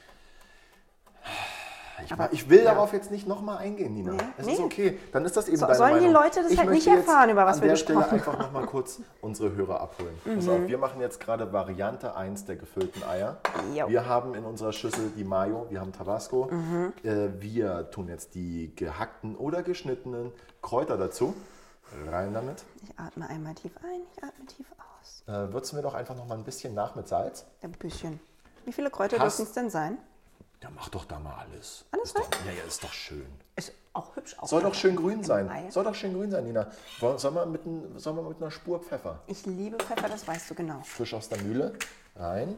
S2: Ich, mag, ich will darauf jetzt nicht nochmal eingehen, Nina. es ist
S1: nee.
S2: okay. Dann ist das eben
S1: So-
S2: deine
S1: sollen die
S2: Meinung.
S1: Leute das
S2: ich
S1: halt
S2: möchte
S1: nicht
S2: jetzt
S1: erfahren, über was
S2: an
S1: wir Mhm.
S2: der Stelle
S1: gesprochen
S2: einfach nochmal kurz unsere Hörer abholen. Pass auf, wir machen jetzt gerade Variante 1 der gefüllten Eier.
S1: Jo.
S2: Wir haben in unserer Schüssel die Mayo, wir haben Tabasco.
S1: Mhm.
S2: Äh, wir tun jetzt die gehackten oder geschnittenen Kräuter dazu. Rein damit.
S1: Ich atme einmal tief ein, ich atme tief aus.
S2: Äh, würzen wir doch einfach nochmal ein bisschen nach mit Salz.
S1: Ein bisschen. Wie viele Kräuter
S2: Hast-
S1: dürfen es denn sein?
S2: Ja, mach doch da mal alles.
S1: Alles
S2: ist doch, ja, ja, ist doch schön.
S1: Ist auch hübsch aus.
S2: Soll doch schön grün
S1: Ei.
S2: sein. Soll doch schön grün sein, Nina. Wollen- Sollen wir mit, ein, sollen wir mit einer Spur Pfeffer?
S1: Ich liebe Pfeffer, das weißt du genau.
S2: Frisch aus der Mühle rein.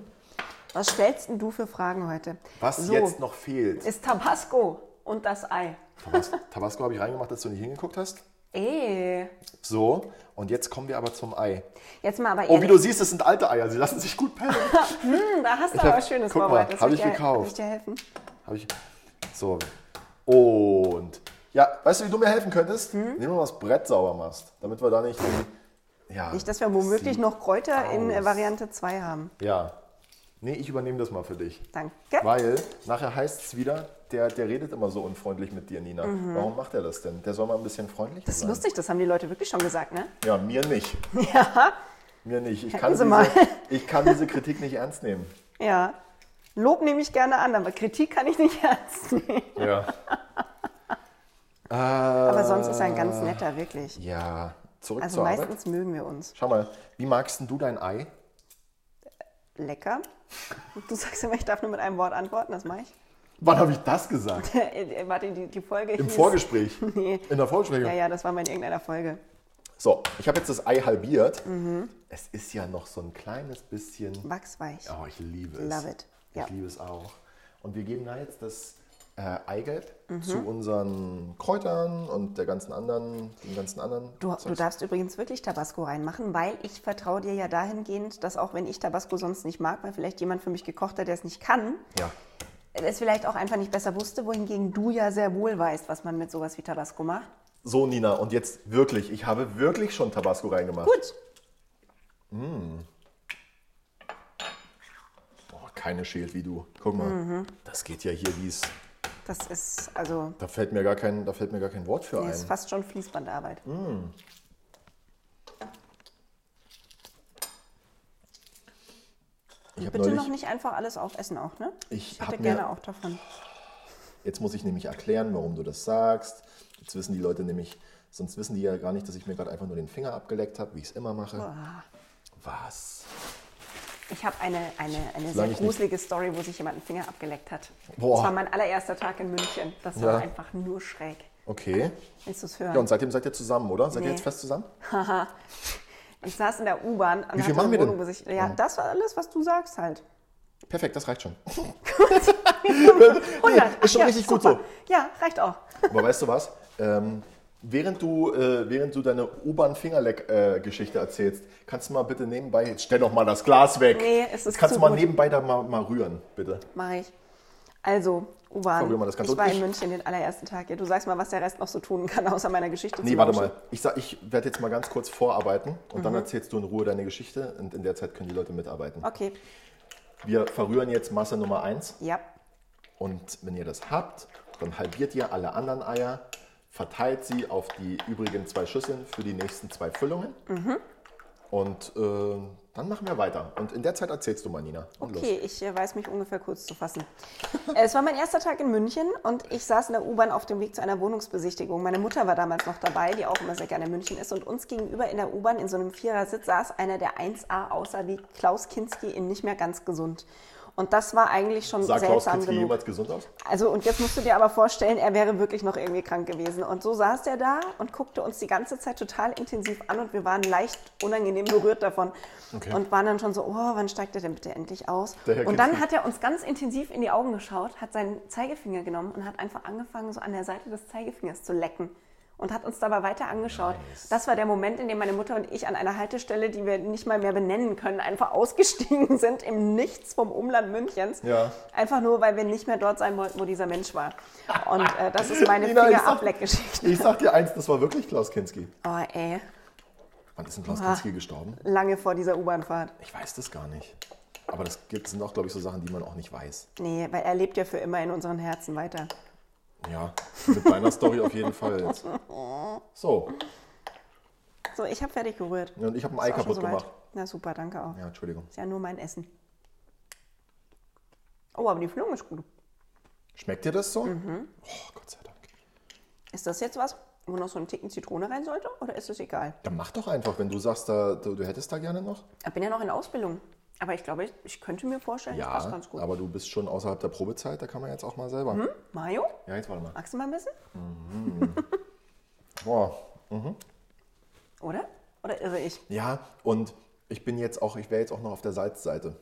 S1: Was stellst denn du für Fragen heute?
S2: Was
S1: so,
S2: jetzt noch fehlt.
S1: Ist Tabasco und das Ei.
S2: Tabasco, Tabasco habe ich reingemacht, dass du nicht hingeguckt hast.
S1: Ey.
S2: So, und jetzt kommen wir aber zum Ei.
S1: Eh, Jetzt mal aber
S2: Oh, wie
S1: ehrlich,
S2: du siehst, das sind alte Eier. Sie lassen sich gut pellen.
S1: hm, da hast du
S2: Ich
S1: aber
S2: hab-
S1: was Schönes
S2: guck mal,
S1: vorbereitet.
S2: hab
S1: Soll
S2: ich
S1: dir-
S2: gekauft.
S1: soll Ich dir helfen?
S2: Habe ich. So. Und. Ja, weißt du, wie du mir helfen könntest?
S1: Hm?
S2: Indem du mal das Brett sauber machst. Damit wir da nicht. die- Ja.
S1: Nicht, dass wir womöglich noch Kräuter in äh, Variante 2 haben.
S2: Ja. Nee, ich übernehme das mal für dich.
S1: Danke.
S2: Weil nachher heißt es wieder, der, der redet immer so unfreundlich mit dir, Nina. Warum macht er das denn? Der soll mal ein bisschen freundlich
S1: Mhm. Das ist
S2: sein.
S1: lustig, das haben die Leute wirklich schon gesagt, ne?
S2: Ja, mir nicht. Mir nicht. Ich kann,
S1: Sie
S2: diese,
S1: mal.
S2: ich kann diese Kritik nicht ernst nehmen.
S1: Ja. Lob nehme ich gerne an, aber Kritik kann ich nicht ernst nehmen.
S2: Ja.
S1: Aber sonst ist er ein ganz netter, wirklich.
S2: Äh, Ja. Zurück
S1: Also
S2: zur Arbeit.
S1: meistens mögen wir uns.
S2: Schau mal, wie magst denn du dein Ei?
S1: Lecker. Du sagst immer, ich darf nur mit einem Wort antworten, das mache ich.
S2: Wann habe ich das gesagt?
S1: Äh, Warte, die, die Folge
S2: Im
S1: hieß-
S2: Vorgespräch.
S1: Nee.
S2: In der Vorbesprechung.
S1: Ja, ja, das war mal in irgendeiner Folge.
S2: So, ich habe jetzt das Ei halbiert.
S1: Mhm.
S2: Es ist ja noch so ein kleines bisschen.
S1: Wachsweich.
S2: Oh, ich liebe es.
S1: Love it. Ja.
S2: Ich liebe es auch. Und wir geben da jetzt das äh, Eigelb
S1: Mhm.
S2: zu unseren Kräutern und der ganzen anderen, den ganzen anderen.
S1: Du, du darfst übrigens wirklich Tabasco reinmachen, weil ich vertraue dir ja dahingehend, dass auch wenn ich Tabasco sonst nicht mag, weil vielleicht jemand für mich gekocht hat, der es nicht kann,
S2: ja.
S1: es vielleicht auch einfach nicht besser wusste, wohingegen du ja sehr wohl weißt, was man mit sowas wie Tabasco macht.
S2: So, Nina, und jetzt wirklich, ich habe wirklich schon Tabasco reingemacht.
S1: Gut,
S2: Oh, keine schält wie du. Guck mal,
S1: Mhm.
S2: das geht ja hier wie es.
S1: das ist also
S2: Da fällt mir gar kein, da fällt mir gar kein Wort für
S1: nee,
S2: ein.
S1: ist fast schon Fließbandarbeit.
S2: Hm? Ich hab
S1: Bitte noch nicht einfach alles aufessen auch, ne?
S2: Ich
S1: hätte
S2: hab mir-
S1: gerne auch davon.
S2: Jetzt muss ich nämlich erklären, warum du das sagst. Jetzt wissen die Leute nämlich, sonst wissen die ja gar nicht, dass ich mir gerade einfach nur den Finger abgeleckt habe, wie ich es immer mache. Was?
S1: Ich habe eine, eine, eine sehr
S2: Solange ich nicht-
S1: gruselige Story, wo sich jemand einen Finger abgeleckt hat.
S2: Boah.
S1: Das war mein allererster Tag in München. Das war
S2: Ja.
S1: einfach nur schräg.
S2: Okay.
S1: Willst du es hören?
S2: Ja, und seitdem seid ihr zusammen, oder? Seid ihr
S1: Nee.
S2: jetzt fest zusammen?
S1: Ich saß in der U-Bahn und
S2: Wie viel
S1: hatte
S2: machen
S1: eine
S2: wir denn?
S1: Wohnung besichtigt. Ja, das war alles, was du sagst halt.
S2: Perfekt, das reicht schon.
S1: 100.
S2: ist schon
S1: ja,
S2: richtig gut
S1: super.
S2: so.
S1: Ja, reicht auch.
S2: Aber weißt du was? Ähm, während, du, äh, während du deine U-Bahn-Fingerleck-Geschichte erzählst, kannst du mal bitte nebenbei, jetzt stell doch mal das Glas weg.
S1: Nee, es ist
S2: Kannst
S1: zu
S2: du mal
S1: gut.
S2: nebenbei da mal, mal rühren, bitte.
S1: Mache ich. Also, U-Bahn.
S2: Verrühren wir das Ganze.
S1: Ich war
S2: Und ich-
S1: in München den allerersten Tag. Ja, du sagst mal, was der Rest noch so tun kann, außer meiner Geschichte
S2: Nee,
S1: zu
S2: warte
S1: lauschen.
S2: mal. Ich, sag- ich werde jetzt mal ganz kurz vorarbeiten und dann erzählst du in Ruhe deine Geschichte und in der Zeit können die Leute mitarbeiten.
S1: Mhm. Okay,
S2: Wir verrühren jetzt Masse Nummer 1
S1: ja.
S2: und wenn ihr das habt, dann halbiert ihr alle anderen Eier, verteilt sie auf die übrigen zwei Schüsseln für die nächsten zwei Füllungen
S1: Mhm.
S2: und äh, dann machen wir weiter. Und in der Zeit erzählst du mal, Nina. Und
S1: Okay, ich äh, weiß mich ungefähr kurz zu fassen. es war mein erster Tag in München und ich saß in der U-Bahn auf dem Weg zu einer Wohnungsbesichtigung. Meine Mutter war damals noch dabei, die auch immer sehr gerne in München ist. Und uns gegenüber in der U-Bahn in so einem Vierersitz saß einer, der 1A aussah wie Klaus Kinski in Nicht mehr ganz gesund. Und das war eigentlich schon
S2: los. Sah Klaus
S1: seltsam
S2: Kinski
S1: genug.
S2: jemals gesund aus?
S1: Also, und jetzt musst du dir aber vorstellen, er wäre wirklich noch irgendwie krank gewesen. Und so saß der da und guckte uns die ganze Zeit total intensiv an und wir waren leicht unangenehm berührt davon.
S2: Okay.
S1: Und waren dann schon so, oh, wann steigt er denn bitte endlich aus?
S2: Der Herr
S1: Und dann
S2: Kinski.
S1: hat er uns ganz intensiv in die Augen geschaut, hat seinen Zeigefinger genommen und hat einfach angefangen, so an der Seite des Zeigefingers zu lecken. Und hat uns dabei weiter angeschaut. Das war der Moment, in dem meine Mutter und ich an einer Haltestelle, die wir nicht mal mehr benennen können, einfach ausgestiegen sind im Nichts vom Umland Münchens.
S2: Ja.
S1: Einfach nur, weil wir nicht mehr dort sein wollten, wo dieser Mensch war. Und äh, das ist meine
S2: Nina, ich sag-
S1: Fingerableckgeschichte.
S2: Ich sag dir eins, das war wirklich Klaus Kinski.
S1: Oh, ey,
S2: Wann ist denn Klaus
S1: Oha.
S2: Kinski gestorben?
S1: lange vor dieser U-Bahn-Fahrt.
S2: Ich weiß das gar nicht. Aber das gibt- sind auch, glaube ich, so Sachen, die man auch nicht weiß.
S1: Nee, weil er lebt ja für immer in unseren Herzen weiter.
S2: Ja, mit deiner Story auf jeden Fall jetzt. So,
S1: So, ich habe fertig gerührt.
S2: und ich habe ein
S1: Ist
S2: Ei
S1: auch schon
S2: kaputt
S1: soweit.
S2: gemacht.
S1: Na super, danke auch.
S2: Ja, Entschuldigung.
S1: Ist ja nur mein Essen. Oh, aber die Füllung ist gut.
S2: Schmeckt dir das so?
S1: Mhm.
S2: Oh, Gott sei Dank.
S1: Ist das jetzt was, wo noch so ein Ticken Zitrone rein sollte? Oder ist es egal?
S2: Dann mach doch einfach, wenn du sagst, da, du, du hättest da gerne noch.
S1: Ich bin ja noch in Ausbildung. Aber ich glaube, ich, ich könnte mir vorstellen, das passt ganz gut. Hm?
S2: aber du bist schon außerhalb der Probezeit, da kann man jetzt auch mal selber.
S1: Mayo,
S2: Ja, jetzt warte mal.
S1: magst du mal ein bisschen?
S2: Boah.
S1: Oder? also Oder irre ich?
S2: Ja, und ich bin jetzt auch, ich wäre jetzt auch noch auf der Salzseite.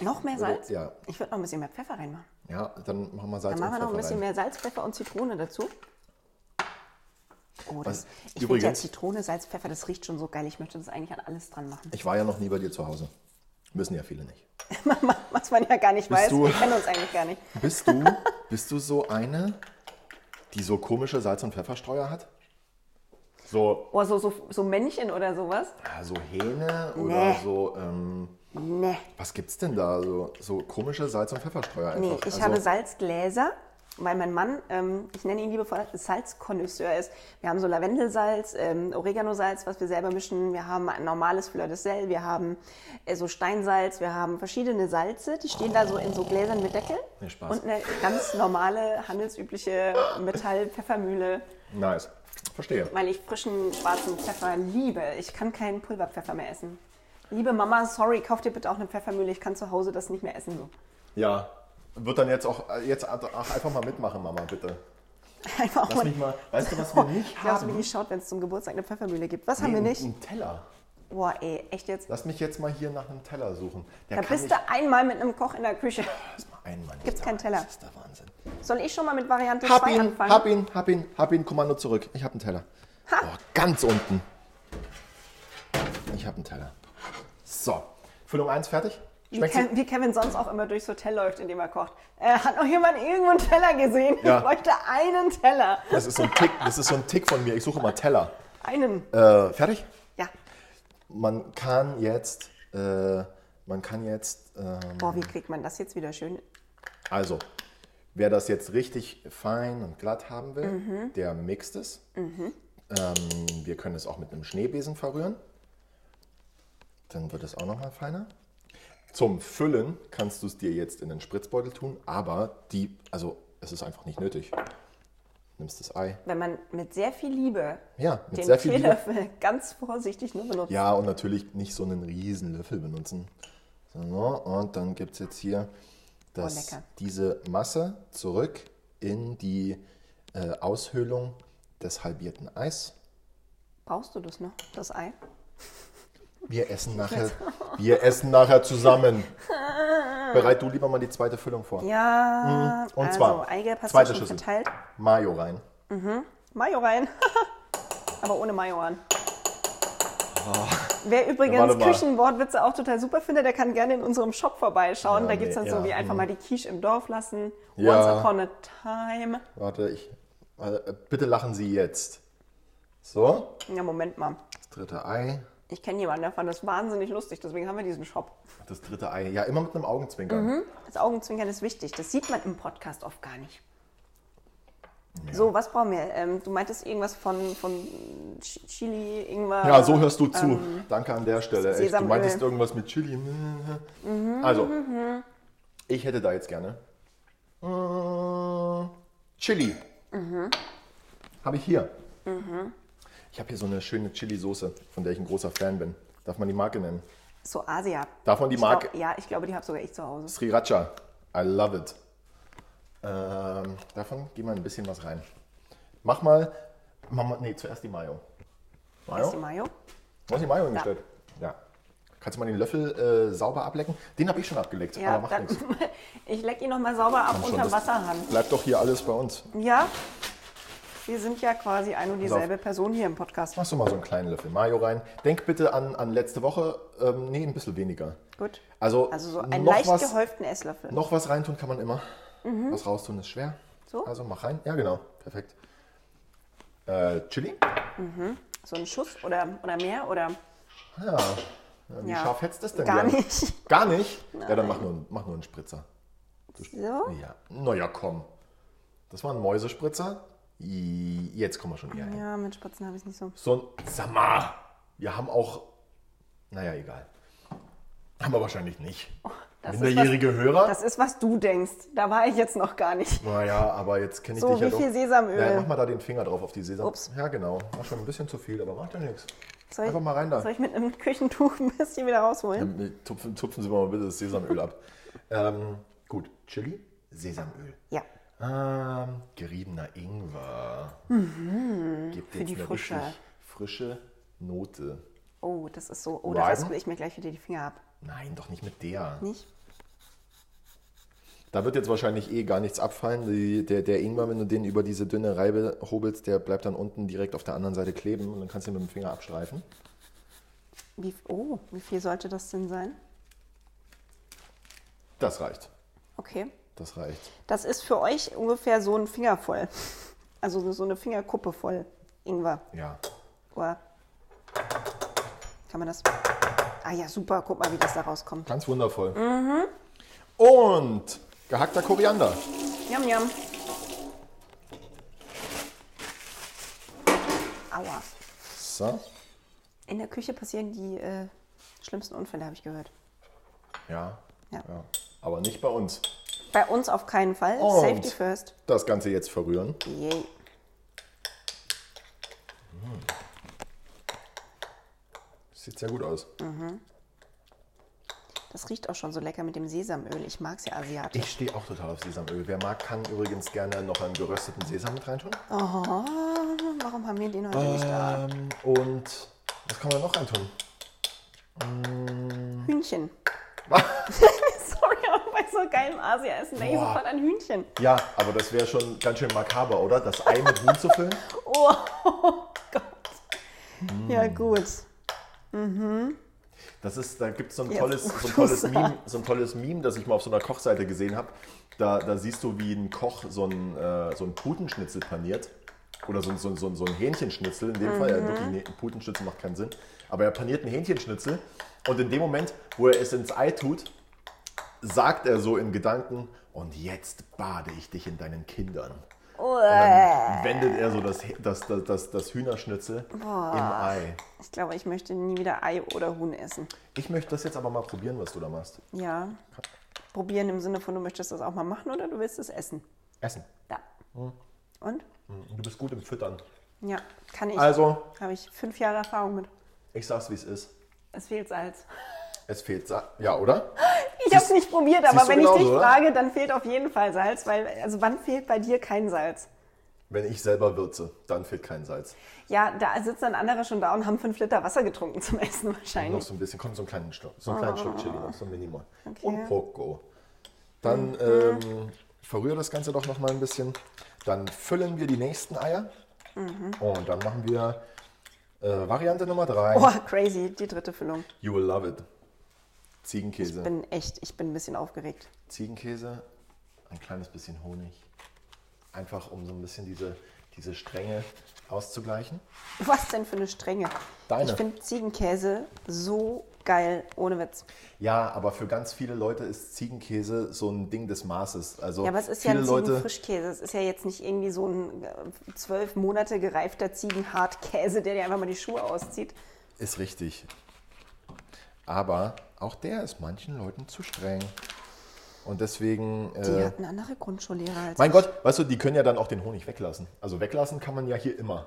S1: Noch mehr
S2: würde-
S1: Salz?
S2: ja.
S1: Ich würde noch ein bisschen mehr Pfeffer reinmachen.
S2: Ja, dann machen wir Salz
S1: Dann machen wir
S2: und
S1: noch ein
S2: Pfeffer
S1: bisschen
S2: rein.
S1: mehr Salz, Pfeffer und Zitrone dazu. Oh, das,
S2: Was-
S1: ich finde ja
S2: übrigens-
S1: Zitrone, Salz, Pfeffer, das riecht schon so geil. Ich möchte das eigentlich an alles dran machen.
S2: Ich war ja noch nie bei dir zu Hause. Wissen ja viele nicht.
S1: Was man ja gar nicht weiß.
S2: du-
S1: Wir kennen uns eigentlich gar nicht.
S2: Bist du, bist du so eine, die so komische Salz- und Pfefferstreuer hat? So,
S1: Oh, so, so, so Männchen oder sowas.
S2: ja, so Hähne
S1: Nee.
S2: oder so, ähm,
S1: Nee.
S2: was gibt's denn da? So, so komische Salz- und Pfefferstreuer einfach.
S1: Nee, ich
S2: Also,
S1: habe Salzgläser, weil mein Mann, ähm, ich nenne ihn liebevoll, Salzkonnoisseur ist. Wir haben so Lavendelsalz, ähm, Oreganosalz, was wir selber mischen. Wir haben ein normales Fleur de Sel, wir haben äh, so Steinsalz, wir haben verschiedene Salze. Die stehen da so in so Gläsern mit Deckel.
S2: Nee, Spaß.
S1: Und eine ganz normale, handelsübliche Metall-Pfeffermühle,
S2: Nice. Verstehe.
S1: weil ich frischen schwarzen Pfeffer liebe. Ich kann keinen Pulverpfeffer mehr essen. Liebe Mama, sorry, kauf dir bitte auch eine Pfeffermühle. Ich kann zu Hause das nicht mehr essen. So.
S2: Ja. Wird dann jetzt auch äh, jetzt auch einfach mal mitmachen, Mama, bitte.
S1: Einfach
S2: Lass mich mal. Weißt du, was wir nicht
S1: Ich habe
S2: haben?
S1: mir geschaut, wenn es zum Geburtstag eine Pfeffermühle gibt. Was haben wir
S2: Nee,
S1: nicht?
S2: Einen Teller.
S1: Boah, ey, echt jetzt?
S2: Lass mich jetzt mal hier nach einem Teller suchen. Der
S1: Da
S2: kann
S1: bist
S2: nicht-
S1: du einmal mit einem Koch in der Küche.
S2: Lass mal einen Mann.
S1: Gibt's
S2: Da-
S1: keinen Teller.
S2: Das ist der Wahnsinn.
S1: Soll ich schon mal mit Variante
S2: Hab
S1: 2
S2: ihn,
S1: anfangen?
S2: hab ihn, hab ihn, hab ihn, Kommando zurück. Ich hab einen Teller. Oh, ganz unten. Ich hab einen Teller. So, Füllung 1 fertig?
S1: Wie,
S2: Schmeckt sie?
S1: Kev- wie Kevin sonst auch immer durchs Hotel läuft, indem er kocht. Äh, hat noch jemand irgendwo einen Teller gesehen?
S2: Ja.
S1: Ich bräuchte einen Teller.
S2: Das ist, so ein Tick, das ist so ein Tick von mir. Ich suche immer Teller.
S1: Einen.
S2: Äh, fertig?
S1: Ja.
S2: Man kann jetzt, äh, man kann jetzt, ähm,
S1: Boah, wie kriegt man das jetzt wieder schön?
S2: also, wer das jetzt richtig fein und glatt haben will, der mixt es. Ähm, wir können es auch mit einem Schneebesen verrühren. Dann wird es auch nochmal feiner. Zum Füllen kannst du es dir jetzt in den Spritzbeutel tun, aber die, also es ist einfach nicht nötig. Nimmst das Ei.
S1: Wenn man mit sehr viel Liebe
S2: Ja, mit
S1: den
S2: sehr viel Liebe.
S1: Teelöffel ganz vorsichtig nur benutzt.
S2: Ja, und natürlich nicht so einen riesen Löffel benutzen. So, ne? und dann gibt es jetzt hier das,
S1: lecker.
S2: diese Masse zurück in die äh, Aushöhlung des halbierten Eis.
S1: Brauchst du das noch, das Ei?
S2: Mhm. Wir essen nachher, wir essen nachher zusammen. Bereit du lieber mal die zweite Füllung vor.
S1: Ja.
S2: und
S1: also,
S2: zwar,
S1: Eigelb hast
S2: zweite
S1: du schon
S2: Schüssel.
S1: verteilt.
S2: Mayo rein.
S1: Mayo rein. Aber ohne Mayo an. Wer übrigens
S2: Oh. warte mal.
S1: Küchenwortwitze auch total super findet, der kann gerne in unserem Shop vorbeischauen.
S2: Ja,
S1: da gibt es
S2: nee,
S1: dann so
S2: ja,
S1: wie einfach
S2: mhm.
S1: mal die Quiche im Dorf lassen.
S2: Ja.
S1: Once upon a time.
S2: Warte, ich. Äh, bitte lachen Sie jetzt. So,
S1: Ja, Moment mal.
S2: das dritte Ei.
S1: Ich kenne jemanden, der fand das wahnsinnig lustig, deswegen haben wir diesen Shop.
S2: Das dritte Ei. Ja, immer mit einem Augenzwinkern.
S1: Das Augenzwinkern ist wichtig. Das sieht man im Podcast oft gar nicht. So, was brauchen wir? Ähm, du meintest irgendwas von, von Ch- Chili, Ingwer.
S2: Ja, so hörst du zu. Danke an der Stelle. Echt. Du
S1: Sesamöl.
S2: meintest irgendwas mit Chili. Also, ich hätte da jetzt gerne äh, Chili. Habe ich hier. Ich habe hier so eine schöne Chili-Soße, von der ich ein großer Fan bin. Darf man die Marke nennen?
S1: So Asia.
S2: Darf man die
S1: Ich glaub-
S2: Marke-
S1: Ja, ich glaube, die habe sogar ich zu Hause.
S2: Sriracha. I love it. Ähm, davon geh mal ein bisschen was rein. Mach mal, mach mal nee, zuerst die Mayo. Mayo?
S1: Ist die Mayo?
S2: Du hast die Mayo hingestellt. Ja. Kannst du mal den Löffel äh, sauber ablecken? Den habe ich schon abgeleckt,
S1: Ja,
S2: aber macht
S1: dann,
S2: nichts.
S1: ich leck ihn nochmal sauber ab
S2: Schon,
S1: unter
S2: das
S1: Wasserhahn.
S2: Bleibt doch hier alles bei uns.
S1: Ja, wir sind ja quasi ein und
S2: auf.
S1: dieselbe Person hier im Podcast.
S2: Machst du mal so einen kleinen Löffel Mayo rein. Denk bitte an, an letzte Woche. Ähm, nee, ein bisschen weniger.
S1: Gut.
S2: Also,
S1: Also so einen
S2: noch,
S1: leicht
S2: was,
S1: gehäuften Esslöffel.
S2: noch was reintun kann man immer. Was raustun ist schwer.
S1: So?
S2: Also mach rein. Ja, genau. Perfekt. Äh, Chili?
S1: So einen Schuss oder, oder mehr oder
S2: Ja. Ja, Wie
S1: Ja.
S2: scharf hättest du das denn
S1: gar
S2: gern?
S1: nicht.
S2: Gar nicht? Ja, dann mach nur, einen- mach nur einen Spritzer.
S1: So.
S2: Ja, naja, komm. Das war ein Mäusespritzer. I- Jetzt kommen wir schon eher hin.
S1: Ja, mit Spatzen habe ich nicht so.
S2: So ein. Sag mal, wir haben auch. Naja, egal. Haben wir wahrscheinlich nicht.
S1: Oh, das ist
S2: Minderjährige Hörer?
S1: Das ist, was du denkst. Da war ich jetzt noch gar nicht.
S2: naja, aber jetzt kenne ich
S1: So,
S2: dich ja
S1: wie
S2: doch.
S1: viel Sesamöl?
S2: Ja, mach mal da den Finger drauf auf die Sesam.
S1: Ups.
S2: Ja, genau. War schon ein bisschen zu viel, aber macht ja nichts.
S1: Soll ich-
S2: Einfach mal rein da.
S1: Soll ich mit einem Küchentuch ein bisschen wieder rausholen?
S2: Tupfen, tupfen Sie mal bitte das Sesamöl ab. ähm, gut, Chili, Sesamöl.
S1: Ja.
S2: Ähm, geriebener Ingwer. Gibt
S1: Mhm. für die Frische.
S2: richtig frische Note.
S1: Oh, das ist so. Oh, da
S2: Reiben?
S1: raspel ich mir gleich wieder die Finger ab.
S2: Nein, doch nicht mit der.
S1: Nicht?
S2: Da wird jetzt wahrscheinlich eh gar nichts abfallen. Die, der, der Ingwer, wenn du den über diese dünne Reibe hobelst, der bleibt dann unten direkt auf der anderen Seite kleben und dann kannst du ihn mit dem Finger abstreifen.
S1: Wie, oh, wie viel sollte das denn sein?
S2: Das reicht.
S1: Okay.
S2: Das reicht.
S1: Das ist für euch ungefähr so ein Finger voll. Also so eine Fingerkuppe voll Ingwer.
S2: Ja.
S1: Oder kann man das? Ah ja, super. Guck mal, wie das da rauskommt.
S2: Ganz wundervoll. Und gehackter Koriander.
S1: Yum, yum. Aua.
S2: So.
S1: In der Küche passieren die äh, schlimmsten Unfälle, habe ich gehört.
S2: Ja.
S1: Ja.
S2: ja. Aber nicht bei uns.
S1: Bei uns auf keinen Fall.
S2: Und-
S1: Safety first.
S2: Das Ganze jetzt verrühren.
S1: Yay.
S2: Sieht sehr gut aus.
S1: Das riecht auch schon so lecker mit dem Sesamöl. Ich mag es ja asiatisch.
S2: Ich stehe auch total auf Sesamöl. Wer mag, kann übrigens gerne noch einen gerösteten Sesam mit reintun.
S1: Oh, warum haben wir den heute nicht da?
S2: Ähm, und was kann man noch reintun?
S1: Hühnchen. Sorry, aber bei so geilem Asia-Essen denke ich
S2: Boah.
S1: sofort an Hühnchen.
S2: Ja, aber das wäre schon ganz schön makaber, oder? Das Ei mit Huhn zu füllen.
S1: Oh, Gott.
S2: Mm.
S1: Ja, gut.
S2: Das ist, da gibt es so ein
S1: Jetzt,
S2: tolles,
S1: wo
S2: so ein
S1: du
S2: tolles
S1: sagst.
S2: Meme, so ein tolles Meme, das ich mal auf so einer Kochseite gesehen habe. Da, da siehst du, wie ein Koch so ein, äh, so ein Putenschnitzel paniert. Oder so, ein- so, ein- so, ein- so ein Hähnchenschnitzel. In dem Fall, ja, wirklich, nee, ein Putenschnitzel macht keinen Sinn. Aber er paniert ein Hähnchenschnitzel. Und in dem Moment, wo er es ins Ei tut, sagt er so in Gedanken, und jetzt bade ich dich in deinen Kindern. Und dann wendet er so das, das, das, das, das Hühnerschnitzel im Ei.
S1: Ich glaube, ich möchte nie wieder Ei oder Huhn essen.
S2: Ich möchte das jetzt aber mal probieren, was du da machst.
S1: Ja. Probieren im Sinne von, du möchtest das auch mal machen oder du willst es essen.
S2: Essen.
S1: Da.
S2: Hm.
S1: Und?
S2: Mhm. Du bist gut im Füttern.
S1: Ja, kann ich.
S2: Also,
S1: Habe ich fünf Jahre Erfahrung mit.
S2: ich sag's wie es ist.
S1: Es fehlt Salz.
S2: Es fehlt Sa Ja, oder?
S1: Ich habe es nicht probiert, aber
S2: siehst du
S1: wenn ich
S2: genauso,
S1: dich
S2: oder?
S1: frage, dann fehlt auf jeden Fall Salz, weil also wann fehlt bei dir kein Salz?
S2: Wenn ich selber würze, dann fehlt kein Salz.
S1: Ja, da sitzen dann andere schon da und haben fünf Liter Wasser getrunken zum Essen
S2: Noch
S1: wahrscheinlich.
S2: so ein bisschen, kommt so einen kleinen Schluck, so einen kleinen Schluck Chili noch, so ein Minimal.
S1: Ah. Okay. Mhm.
S2: Und Poco. Dann ähm, verrühre das Ganze doch noch mal ein bisschen. Dann füllen wir die nächsten Eier.
S1: Mhm.
S2: Und dann machen wir äh, Variante Nummer 3.
S1: Boah, crazy, die dritte Füllung.
S2: You will love it.
S1: Ich
S2: Ziegenkäse.
S1: bin echt, ich bin ein bisschen aufgeregt.
S2: Ziegenkäse, ein kleines bisschen Honig. Einfach um so ein bisschen diese, diese Strenge auszugleichen.
S1: Was denn für eine Strenge?
S2: Deine.
S1: Ich finde Ziegenkäse so geil, ohne Witz.
S2: Ja, aber für ganz viele Leute ist Ziegenkäse so ein Ding des Maßes. Also
S1: Ja, aber es ist ja
S2: viele
S1: ein
S2: Leute.
S1: Ziegenfrischkäse. Es ist ja jetzt nicht irgendwie so ein äh, zwölf Monate gereifter Ziegenhartkäse, der dir einfach mal die Schuhe auszieht.
S2: Ist richtig. Aber auch der ist manchen Leuten zu streng. Und deswegen.
S1: Die
S2: Äh,
S1: hatten andere Grundschullehrer als
S2: mein Gott, weißt du, die können ja dann auch den Honig weglassen. Also weglassen kann man ja hier immer.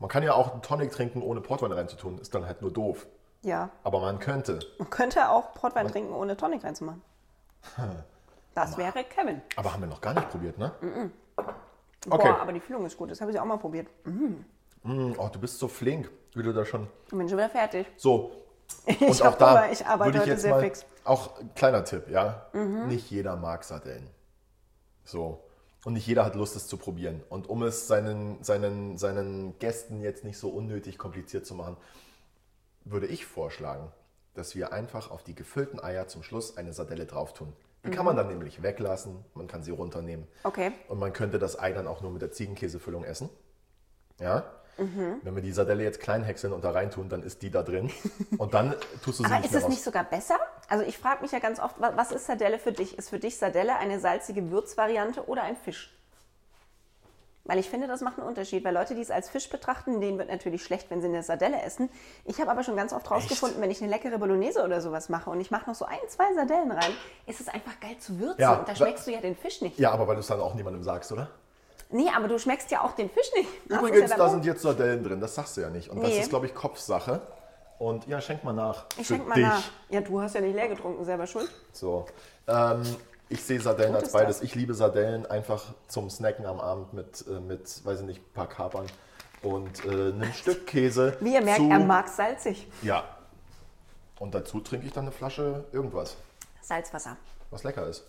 S2: Man kann ja auch einen Tonic trinken, ohne Portwein reinzutun. Ist dann halt nur doof.
S1: Ja,
S2: Aber man könnte.
S1: man könnte auch Portwein trinken, ohne Tonic reinzumachen. Das wäre Kevin.
S2: Aber haben wir noch gar nicht probiert, ne? Okay.
S1: Okay. Boah, aber die Füllung ist gut. Das habe ich auch mal probiert.
S2: Oh, du bist so flink, wie du da schon.
S1: Ich bin schon wieder fertig.
S2: So. Und
S1: Ich hab Hunger, ich arbeite
S2: würde
S1: heute sehr fix. Mhm.
S2: Auch ein kleiner Tipp, ja. Nicht jeder mag Sardellen. So. Und nicht jeder hat Lust, es zu probieren. Und um es seinen, seinen, seinen Gästen jetzt nicht so unnötig kompliziert zu machen, würde ich vorschlagen, dass wir einfach auf die gefüllten Eier zum Schluss eine Sardelle drauf tun. Die kann
S1: Mhm.
S2: man dann nämlich weglassen, man kann sie runternehmen.
S1: Okay.
S2: Und man könnte das Ei dann auch nur mit der Ziegenkäsefüllung essen. Ja?
S1: Mhm.
S2: Wenn wir die Sardelle jetzt klein häckseln und da reintun, dann ist die da drin. Und dann tust du sie
S1: Aber
S2: nicht
S1: ist
S2: mehr
S1: es
S2: raus.
S1: nicht sogar besser? Also ich frage mich ja ganz oft, wa- was ist Sardelle für dich? Ist für dich Sardelle eine salzige Würzvariante oder ein Fisch? Weil ich finde, das macht einen Unterschied, weil Leute, die es als Fisch betrachten, denen wird natürlich schlecht, wenn sie eine Sardelle essen. Ich habe aber schon ganz oft rausgefunden, wenn ich eine leckere Bolognese oder sowas mache und ich mache noch so ein, zwei Sardellen rein, ist es einfach geil zu würzen
S2: Ja,
S1: und da
S2: wa-
S1: schmeckst du ja den Fisch nicht.
S2: ja, aber weil du es dann auch niemandem sagst, oder?
S1: Nee, aber du schmeckst ja auch den Fisch nicht. Das ist
S2: Übrigens,
S1: ja
S2: da
S1: dann-
S2: sind jetzt Sardellen drin. Das sagst du ja nicht. Und das
S1: Nee.
S2: ist, glaube ich, Kopfsache. Und ja, schenk mal nach.
S1: Ich
S2: Für
S1: schenk mal
S2: dich.
S1: nach. Ja, du hast ja nicht leer getrunken, selber schuld.
S2: So. Ähm, ich sehe Sardellen
S1: Gut
S2: als
S1: ist
S2: beides.
S1: das.
S2: Ich liebe Sardellen einfach zum Snacken am Abend mit, äh, mit weiß ich nicht, ein paar Kapern und äh, einem Stück Käse.
S1: Wie ihr merkt,
S2: zu-
S1: er mag salzig.
S2: Ja. Und dazu trinke ich dann eine Flasche irgendwas,
S1: Salzwasser.
S2: was lecker ist.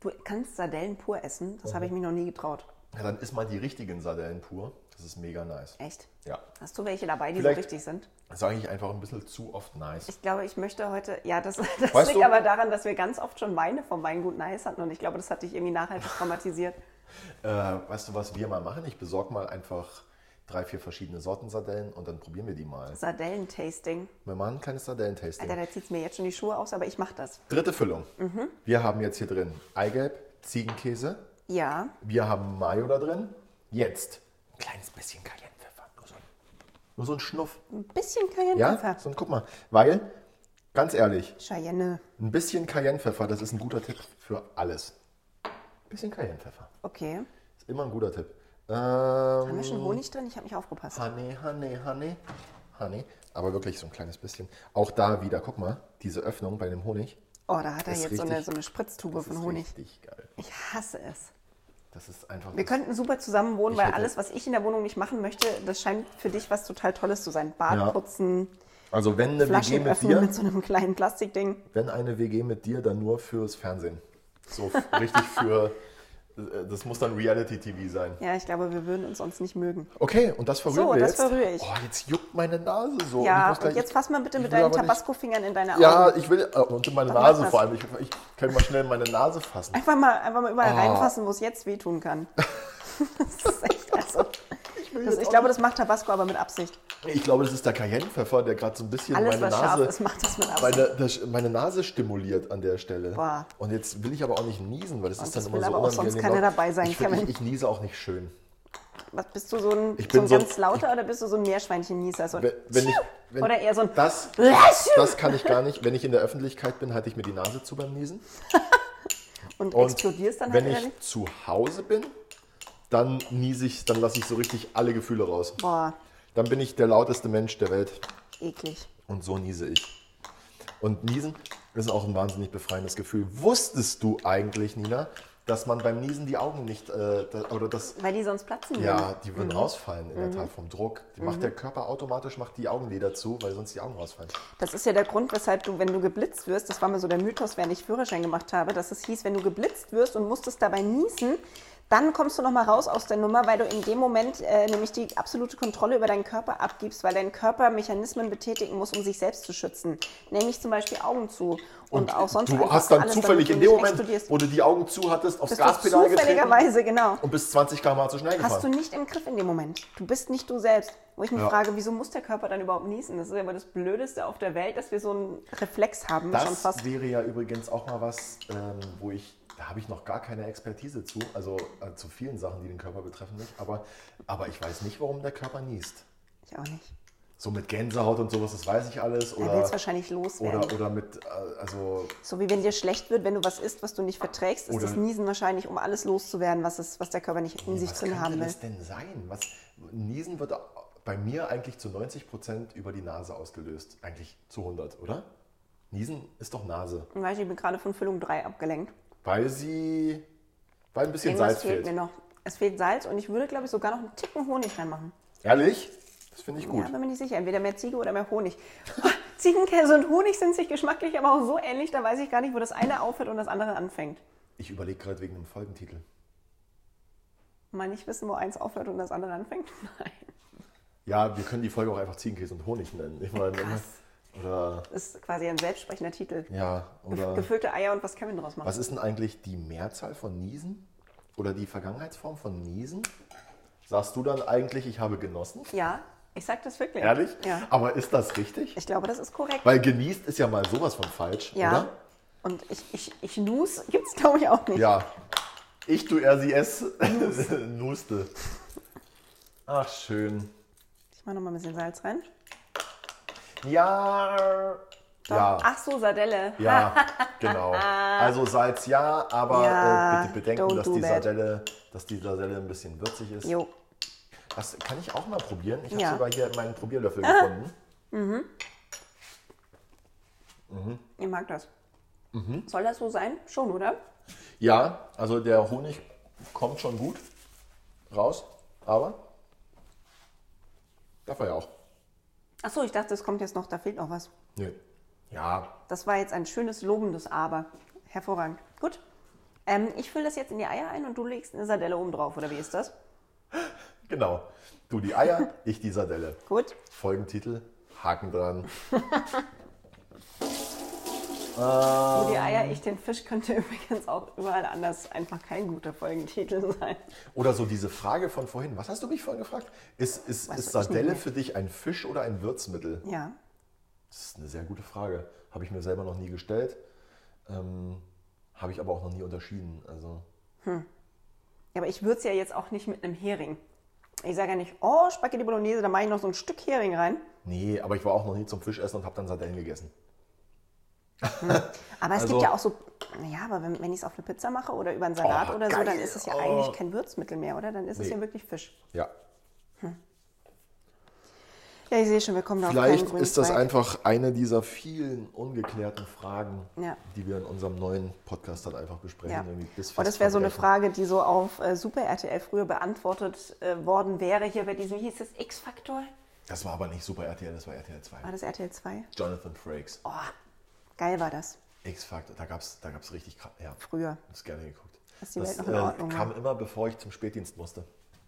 S1: Du kannst Sardellen pur essen, das
S2: Mhm.
S1: habe ich mich noch nie getraut.
S2: Ja, dann isst mal die richtigen Sardellen pur. Das ist mega nice.
S1: Echt?
S2: Ja.
S1: Hast du welche dabei, die
S2: Vielleicht-
S1: so richtig sind?
S2: Sage ich einfach ein bisschen zu oft nice.
S1: Ich glaube, ich möchte heute, ja, das, das
S2: Weißt
S1: liegt
S2: du-
S1: aber daran, dass wir ganz oft schon Weine vom Weingut Nice hatten und ich glaube, das hat dich irgendwie nachhaltig traumatisiert.
S2: Äh, weißt du, was wir mal machen? Ich besorge mal einfach drei, vier verschiedene Sorten Sardellen und dann probieren wir die mal.
S1: Sardellentasting.
S2: Wir machen ein kleines Sardellentasting.
S1: Alter, da zieht es mir jetzt schon die Schuhe aus, aber ich mache das. Mhm.
S2: Dritte Füllung. Wir haben jetzt hier drin Eigelb, Ziegenkäse.
S1: Ja,
S2: Wir haben Mayo da drin. Jetzt ein kleines bisschen Cayennepfeffer. Nur so ein, nur so ein Schnuff.
S1: ein bisschen Cayennepfeffer.
S2: Ja? So, ein- guck mal. Weil, ganz ehrlich,
S1: Cheyenne.
S2: ein bisschen Cayennepfeffer, das ist ein guter Tipp für alles. Ein bisschen Cayennepfeffer.
S1: Okay.
S2: Ist immer ein guter Tipp.
S1: Haben wir
S2: Ähm,
S1: schon Honig drin? Ich habe nicht aufgepasst.
S2: Honey, honey, honey, honey. Aber wirklich so ein kleines bisschen. Auch da wieder, guck mal, diese Öffnung bei dem Honig.
S1: Oh, da hat er
S2: Ist
S1: jetzt so eine,
S2: richtig-
S1: so eine Spritztube
S2: Das
S1: von
S2: ist
S1: Honig.
S2: richtig geil.
S1: Ich hasse es.
S2: Das ist einfach.
S1: Wir könnten super zusammen wohnen,
S2: Ich
S1: weil
S2: hätte-
S1: alles, was ich in der Wohnung nicht machen möchte, das scheint für dich was total Tolles zu sein. Bad
S2: Ja.
S1: putzen,
S2: also wenn eine WG
S1: Flaschen
S2: mit
S1: öffnen
S2: dir,
S1: mit so einem kleinen Plastikding.
S2: wenn eine WG mit dir, dann nur fürs Fernsehen. So f- richtig für. äh, Das muss dann Reality-TV sein.
S1: Ja, ich glaube, wir würden uns sonst nicht mögen.
S2: Okay, und das verrühren
S1: So,
S2: wir
S1: das
S2: jetzt.
S1: verrühre ich.
S2: Oh, jetzt juckt meine Nase so. ich
S1: ja,
S2: muss
S1: und
S2: gleich-
S1: jetzt fass mal bitte
S2: ich
S1: mit
S2: will
S1: deinen
S2: aber nicht-
S1: Tabasco-Fingern in deine Augen.
S2: Ja, ich will. äh, Und in meine
S1: Dann mach
S2: Nase
S1: das.
S2: vor allem. Ich, ich kann mal schnell in meine Nase fassen.
S1: Einfach mal, einfach mal
S2: Oh.
S1: überall reinfassen, wo es jetzt wehtun kann. das ist echt, also, ich, das, ich glaube, das macht Tabasco aber mit Absicht.
S2: Ich glaube, das ist der Cayennepfeffer, der gerade so ein bisschen
S1: Alles,
S2: meine
S1: was scharf
S2: Nase.
S1: ist, macht das mit Absicht.
S2: Meine, das, meine Nase stimuliert an der Stelle.
S1: Boah. Oh,
S2: Und jetzt will ich aber auch nicht niesen, weil das ist dann
S1: das
S2: immer
S1: will
S2: so
S1: aber auch sonst
S2: unangenehm.
S1: keiner dabei sein,
S2: ich, find-
S1: Kevin.
S2: ich, ich niese auch nicht schön.
S1: Was, bist du so ein,
S2: Ich
S1: so
S2: bin
S1: ein
S2: so ein-
S1: ganz lauter oder bist du so ein Meerschweinchen-Nieser? So ein
S2: Wenn, wenn ich, wenn
S1: Oder eher so ein
S2: das,
S1: Bless you!
S2: das kann ich gar nicht. Wenn ich in der Öffentlichkeit bin, halte ich mir die Nase zu beim Niesen.
S1: und,
S2: Und
S1: explodierst dann halt
S2: wenn
S1: wieder
S2: ich
S1: nicht?
S2: zu Hause bin, dann niese ich, dann lasse ich so richtig alle Gefühle raus.
S1: Boah,
S2: Dann bin ich der lauteste Mensch der Welt.
S1: eklig.
S2: Und so niese ich. Und Niesen ist auch ein wahnsinnig befreiendes Gefühl. Wusstest du eigentlich, Nina, dass man beim Niesen die Augen nicht, äh, da, oder das,
S1: Weil die sonst platzen
S2: ja,
S1: würden.
S2: die würden rausfallen in der
S1: Mhm.
S2: Tat vom Druck. Die macht der Körper automatisch, macht die Augenlider zu, weil sonst die Augen rausfallen.
S1: Das ist ja der Grund, weshalb du, wenn du geblitzt wirst, das war mal so der Mythos, während ich Führerschein gemacht habe, dass es hieß, wenn du geblitzt wirst und musstest dabei niesen, dann kommst du nochmal raus aus der Nummer, weil du in dem Moment äh, nämlich die absolute Kontrolle über deinen Körper abgibst, weil dein Körper Mechanismen betätigen muss, um sich selbst zu schützen. Nämlich zum Beispiel Augen zu. Und, auch sonst
S2: du
S1: einfach
S2: hast dann
S1: alles,
S2: zufällig
S1: damit du
S2: in dem
S1: nicht
S2: Moment,
S1: explodierst.
S2: wo du die Augen zu hattest, aufs
S1: Bist du
S2: Gaspedal getreten
S1: zufälligerweise, genau.
S2: und bist 20 km/h zu schnell
S1: Hast du
S2: gefahren.
S1: nicht im Griff in dem Moment. Du bist nicht du selbst. Wo ich mich
S2: Ja.
S1: frage, wieso muss der Körper dann überhaupt niesen? Das ist ja immer das Blödeste auf der Welt, dass wir so einen Reflex haben. schon
S2: Das
S1: fast.
S2: wäre ja übrigens auch mal was, ähm, wo ich, da habe ich noch gar keine Expertise zu, also äh, zu vielen Sachen, die den Körper betreffen nicht, aber, aber ich weiß nicht, warum der Körper niest.
S1: Ich auch nicht.
S2: So mit Gänsehaut und sowas, das weiß ich alles.
S1: Er
S2: Oder,
S1: will es wahrscheinlich loswerden.
S2: oder, oder mit, äh, also
S1: so wie wenn dir schlecht wird, wenn du was isst, was du nicht verträgst, ist
S2: Oder-
S1: das Niesen wahrscheinlich, um alles loszuwerden, was, es, was der Körper nicht in Um sich
S2: was
S1: drin haben
S2: könnte
S1: will.
S2: das denn sein? Was, Niesen wird bei mir eigentlich zu 90 Prozent über die Nase ausgelöst. Eigentlich zu 100, oder? Niesen ist doch Nase,
S1: Und weißt du, ich bin gerade von Füllung 3 abgelenkt.
S2: weil sie, weil ein bisschen
S1: Irgendwas
S2: Salz
S1: fehlt
S2: fehlt.
S1: mir noch. Es fehlt Salz und ich würde, glaube ich, sogar noch einen Ticken Honig reinmachen.
S2: Ehrlich? Das finde ich gut.
S1: Ja, bin mir nicht sicher. Entweder mehr Ziege oder mehr Honig. Oh, Ziegenkäse und Honig sind sich geschmacklich aber auch so ähnlich, da weiß ich gar nicht, wo das eine aufhört und das andere anfängt.
S2: Ich überlege gerade wegen dem Folgentitel.
S1: Mal nicht wissen, wo eins aufhört und das andere anfängt? Nein.
S2: Ja, wir können die Folge auch einfach Ziegenkäse und Honig nennen. Ich meine, ne?
S1: Krass.
S2: oder
S1: Ist quasi ein selbstsprechender Titel.
S2: ja,
S1: Gef-
S2: oder
S1: Gefüllte Eier und was Kevin draus macht.
S2: was ist denn eigentlich die Mehrzahl von Niesen oder die Vergangenheitsform von Niesen? Sagst du dann eigentlich, ich habe genossen?
S1: Ja, ich sag das wirklich.
S2: Ehrlich?
S1: Ja.
S2: Aber ist das richtig?
S1: Ich glaube, das ist korrekt.
S2: Weil genießt ist ja mal sowas von falsch,
S1: ja.
S2: oder?
S1: Und ich, ich, ich nus gibt's glaube ich auch nicht.
S2: Ja. Ich du er sie es nuste. Ach schön.
S1: Ich mache noch mal ein bisschen Salz rein.
S2: Ja. Ja.
S1: Ach so, Sardelle.
S2: Ja, genau. Also Salz ja, aber
S1: Ja,
S2: äh, bitte bedenken,
S1: don't
S2: dass
S1: do
S2: die,
S1: that.
S2: Sardelle, dass die Sardelle ein bisschen würzig ist.
S1: Jo.
S2: Das kann ich auch mal probieren. Ich
S1: Ja.
S2: habe sogar hier meinen Probierlöffel gefunden.
S1: Ihr mag das.
S2: Mhm.
S1: Soll das so sein? Schon, oder?
S2: Ja, also der Honig kommt schon gut raus, aber darf er ja auch.
S1: Ach so, ich dachte, es kommt jetzt noch, da fehlt noch was.
S2: Nee. Ja,
S1: Das war jetzt ein schönes lobendes Aber. Hervorragend. Gut. Ähm, ich fülle das jetzt in die Eier ein und du legst eine Sardelle oben drauf, oder wie ist das?
S2: Genau. Du die Eier, ich die Sardelle.
S1: Gut.
S2: Folgentitel, Haken dran. Ah.
S1: Du die Eier, ich den Fisch könnte übrigens auch überall anders einfach kein guter Folgentitel sein.
S2: Oder so diese Frage von vorhin, was hast du mich vorhin gefragt? Ist, ist,
S1: Weiß ich
S2: ist Sardelle
S1: nicht.
S2: für dich ein Fisch oder ein Würzmittel?
S1: Ja.
S2: Das ist eine sehr gute Frage. Habe ich mir selber noch nie gestellt. Ähm, Habe ich aber auch noch nie unterschieden. Also,
S1: Aber ich würze ja jetzt auch nicht mit einem Hering. Ich sage ja nicht, oh, Spaghetti Bolognese, da mache ich noch so ein Stück Hering rein.
S2: nee, aber ich war auch noch nie zum Fischessen und habe dann Sardellen gegessen.
S1: Aber es
S2: Also-
S1: gibt ja auch so, ja, aber wenn, wenn ich es auf eine Pizza mache oder über einen Salat
S2: Oh,
S1: oder so, dann
S2: geil.
S1: ist es ja
S2: Oh.
S1: eigentlich kein Würzmittel mehr, oder? Dann ist es
S2: Nee.
S1: ja wirklich Fisch.
S2: Ja.
S1: Ja, ich sehe schon, wir kommen da auf keinen
S2: Vielleicht
S1: grünen
S2: ist das
S1: Zweig.
S2: einfach eine dieser vielen ungeklärten Fragen,
S1: Ja.
S2: die wir in unserem neuen Podcast dann einfach besprechen.
S1: Ja.
S2: Also irgendwie bis
S1: Und das
S2: fest
S1: wäre so eine
S2: verwerfen.
S1: Frage, die so auf äh, Super RTL früher beantwortet äh, worden wäre, hier bei diesem, wie hieß das, X-Faktor?
S2: Das war aber nicht Super RTL, das war RTL 2.
S1: War das RTL 2?
S2: Jonathan Frakes,
S1: Oh, geil war das
S2: X-Factor, da gab es da gab's richtig krass. Ja,
S1: früher.
S2: hab's gerne geguckt. äh,
S1: Dass die Welt noch in Ordnung war.
S2: kam immer, bevor ich zum Spätdienst musste,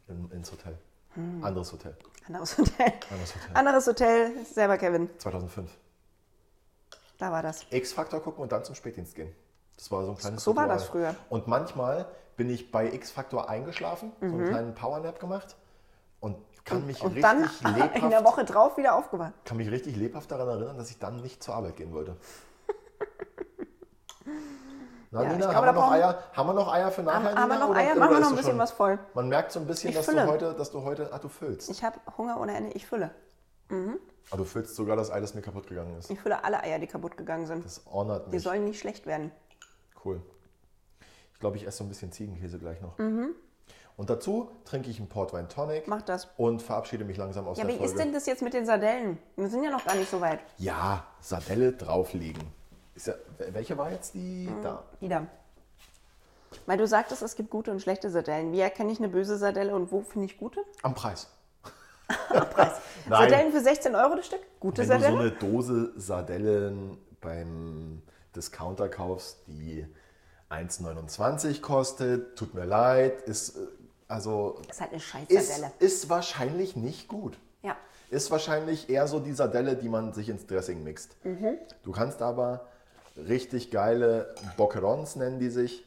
S2: in, ins Hotel.
S1: Hm.
S2: Anderes Hotel,
S1: Anderes Hotel.
S2: Anderes Hotel.
S1: Anderes Hotel, selber Kevin.
S2: 2005.
S1: Da war das.
S2: X-Factor gucken und dann zum Spätdienst gehen. Das war so ein kleines
S1: So war das früher.
S2: Und manchmal bin ich bei X-Factor eingeschlafen, so einen kleinen Powernap gemacht und kann mich
S1: Mhm. Und
S2: richtig
S1: dann in der
S2: lebhaft
S1: Woche drauf wieder aufgewacht.
S2: kann mich richtig lebhaft daran erinnern, dass ich dann nicht zur Arbeit gehen wollte.
S1: Ja,
S2: Na,
S1: ich
S2: Nina,
S1: glaube,
S2: haben,
S1: da
S2: wir noch
S1: brauchen-
S2: Eier? haben wir noch Eier für nachher?
S1: haben wir
S2: Nina,
S1: noch Eier? Machen wir
S2: ist
S1: noch ein
S2: du
S1: bisschen was voll?
S2: Man merkt so ein bisschen,
S1: Ich
S2: dass
S1: fülle.
S2: du heute, dass du heute, ah, du füllst.
S1: Ich habe Hunger ohne Ende. Ich fülle.
S2: Ah, du füllst sogar das Ei, das mir kaputt gegangen ist.
S1: Ich fülle alle Eier, die kaputt gegangen sind.
S2: Das ordnet
S1: Die
S2: mich.
S1: sollen nicht schlecht werden.
S2: Cool. Ich glaube, ich esse so ein bisschen Ziegenkäse gleich noch. Und dazu trinke ich einen Portwein Tonic.
S1: Mhm. Mach das.
S2: Und verabschiede mich langsam aus
S1: Ja,
S2: der
S1: wie
S2: Folge.
S1: ist denn das jetzt mit den Sardellen? Wir sind ja noch gar nicht so weit.
S2: Ja, Sardelle drauflegen. Ist ja, welche war jetzt die
S1: Mhm.
S2: da?
S1: Wieder. Weil du sagtest, es gibt gute und schlechte Sardellen. Wie erkenne ich eine böse Sardelle und wo finde ich gute?
S2: Am Preis. Nein.
S1: Sardellen für 16 Euro das Stück? Gute
S2: Wenn du so
S1: Sardelle?
S2: eine Dose Sardellen beim Discounter kaufst, die 1,29 kostet, tut mir leid, ist äh, also
S1: ist halt eine scheiß
S2: ist,
S1: Sardelle.
S2: ist wahrscheinlich nicht gut.
S1: Ja.
S2: Ist wahrscheinlich eher so die Sardelle, die man sich ins Dressing mixt.
S1: Mhm.
S2: Du kannst aber richtig geile Boccherons nennen die sich.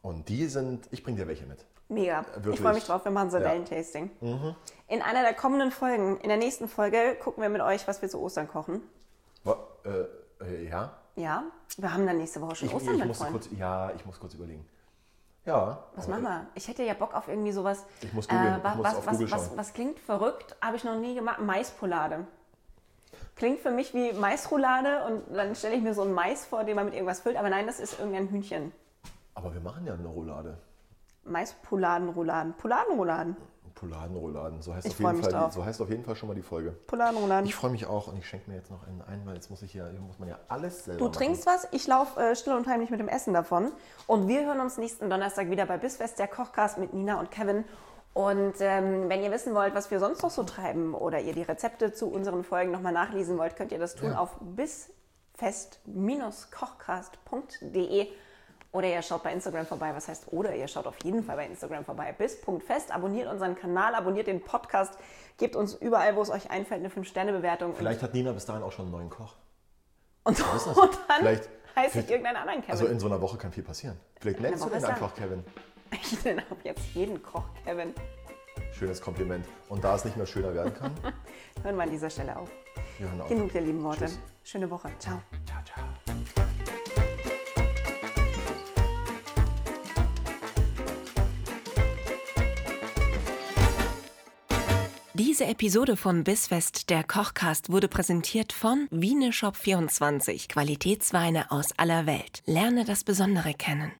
S2: Und die sind, ich bring dir welche mit.
S1: Mega. Ich
S2: Wirklich.
S1: freue mich drauf, wir machen
S2: Ja. Mhm.
S1: Sardellentasting. In einer der kommenden Folgen, in der nächsten Folge, gucken wir mit euch, was wir zu Ostern kochen.
S2: Wa- Äh, äh, ja,
S1: Ja, wir haben dann nächste Woche schon
S2: ich,
S1: Ostern
S2: ich
S1: mit
S2: muss
S1: Freunden.
S2: kurz, ja, ich muss kurz überlegen. Ja.
S1: Was
S2: aber-
S1: machen wir? Ich hätte ja Bock auf irgendwie sowas.
S2: Ich muss googeln. Ich
S1: wa-
S2: muss
S1: was,
S2: auf
S1: was,
S2: Google
S1: was,
S2: schauen.
S1: was klingt verrückt, habe ich noch nie gemacht. Maispolade. Klingt für mich wie Maisroulade und dann stelle ich mir so einen Mais vor, den man mit irgendwas füllt. Aber nein, das ist irgendein Hühnchen.
S2: Aber wir machen ja eine Roulade.
S1: Maispoladenrouladen. Poladenrouladen.
S2: Pouladenrouladen, so heißt,
S1: Ich
S2: auf
S1: freu
S2: jeden
S1: mich
S2: Fall,
S1: drauf.
S2: so heißt auf jeden Fall schon mal die Folge.
S1: Poladenrouladen.
S2: Ich freue mich auch und ich schenke mir jetzt noch einen ein, weil jetzt muss ich ja, hier muss man ja alles selber
S1: Du
S2: machen.
S1: trinkst was, ich laufe äh, still und heimlich mit dem Essen davon. Und wir hören uns nächsten Donnerstag wieder bei Bissfest, der Kochcast mit Nina und Kevin. Und ähm, wenn ihr wissen wollt, was wir sonst noch so treiben oder ihr die Rezepte zu unseren Folgen nochmal nachlesen wollt, könnt ihr das tun
S2: Ja.
S1: auf bissfest-kochcast.de oder ihr schaut bei Instagram vorbei. Was heißt oder? Ihr schaut auf jeden Fall bei Instagram vorbei. Bis.fest. Abonniert unseren Kanal, abonniert den Podcast, gebt uns überall, wo es euch einfällt, eine 5-Sterne-Bewertung. und-
S2: Vielleicht hat Nina bis dahin auch schon einen neuen Koch.
S1: Und,
S2: ist das?
S1: und dann
S2: Vielleicht-
S1: heißt ich
S2: vielleicht-
S1: irgendeinen anderen Kevin.
S2: Also in so einer Woche kann viel passieren. Vielleicht nennst du
S1: Woche
S2: den
S1: ist lang.
S2: einfach Kevin.
S1: Ich nenne ab jetzt jeden Koch Kevin.
S2: Schönes Kompliment. Und da es nicht mehr schöner werden kann,
S1: Hören wir an dieser Stelle auf.
S2: wir hören auf.
S1: Genug der lieben Worte.
S2: Tschüss.
S1: Schöne Woche. Ciao.
S2: Ciao, ciao.
S4: Diese Episode von Bissfest, der Kochcast, wurde präsentiert von Wieneshop24, Qualitätsweine aus aller Welt. Lerne das Besondere kennen.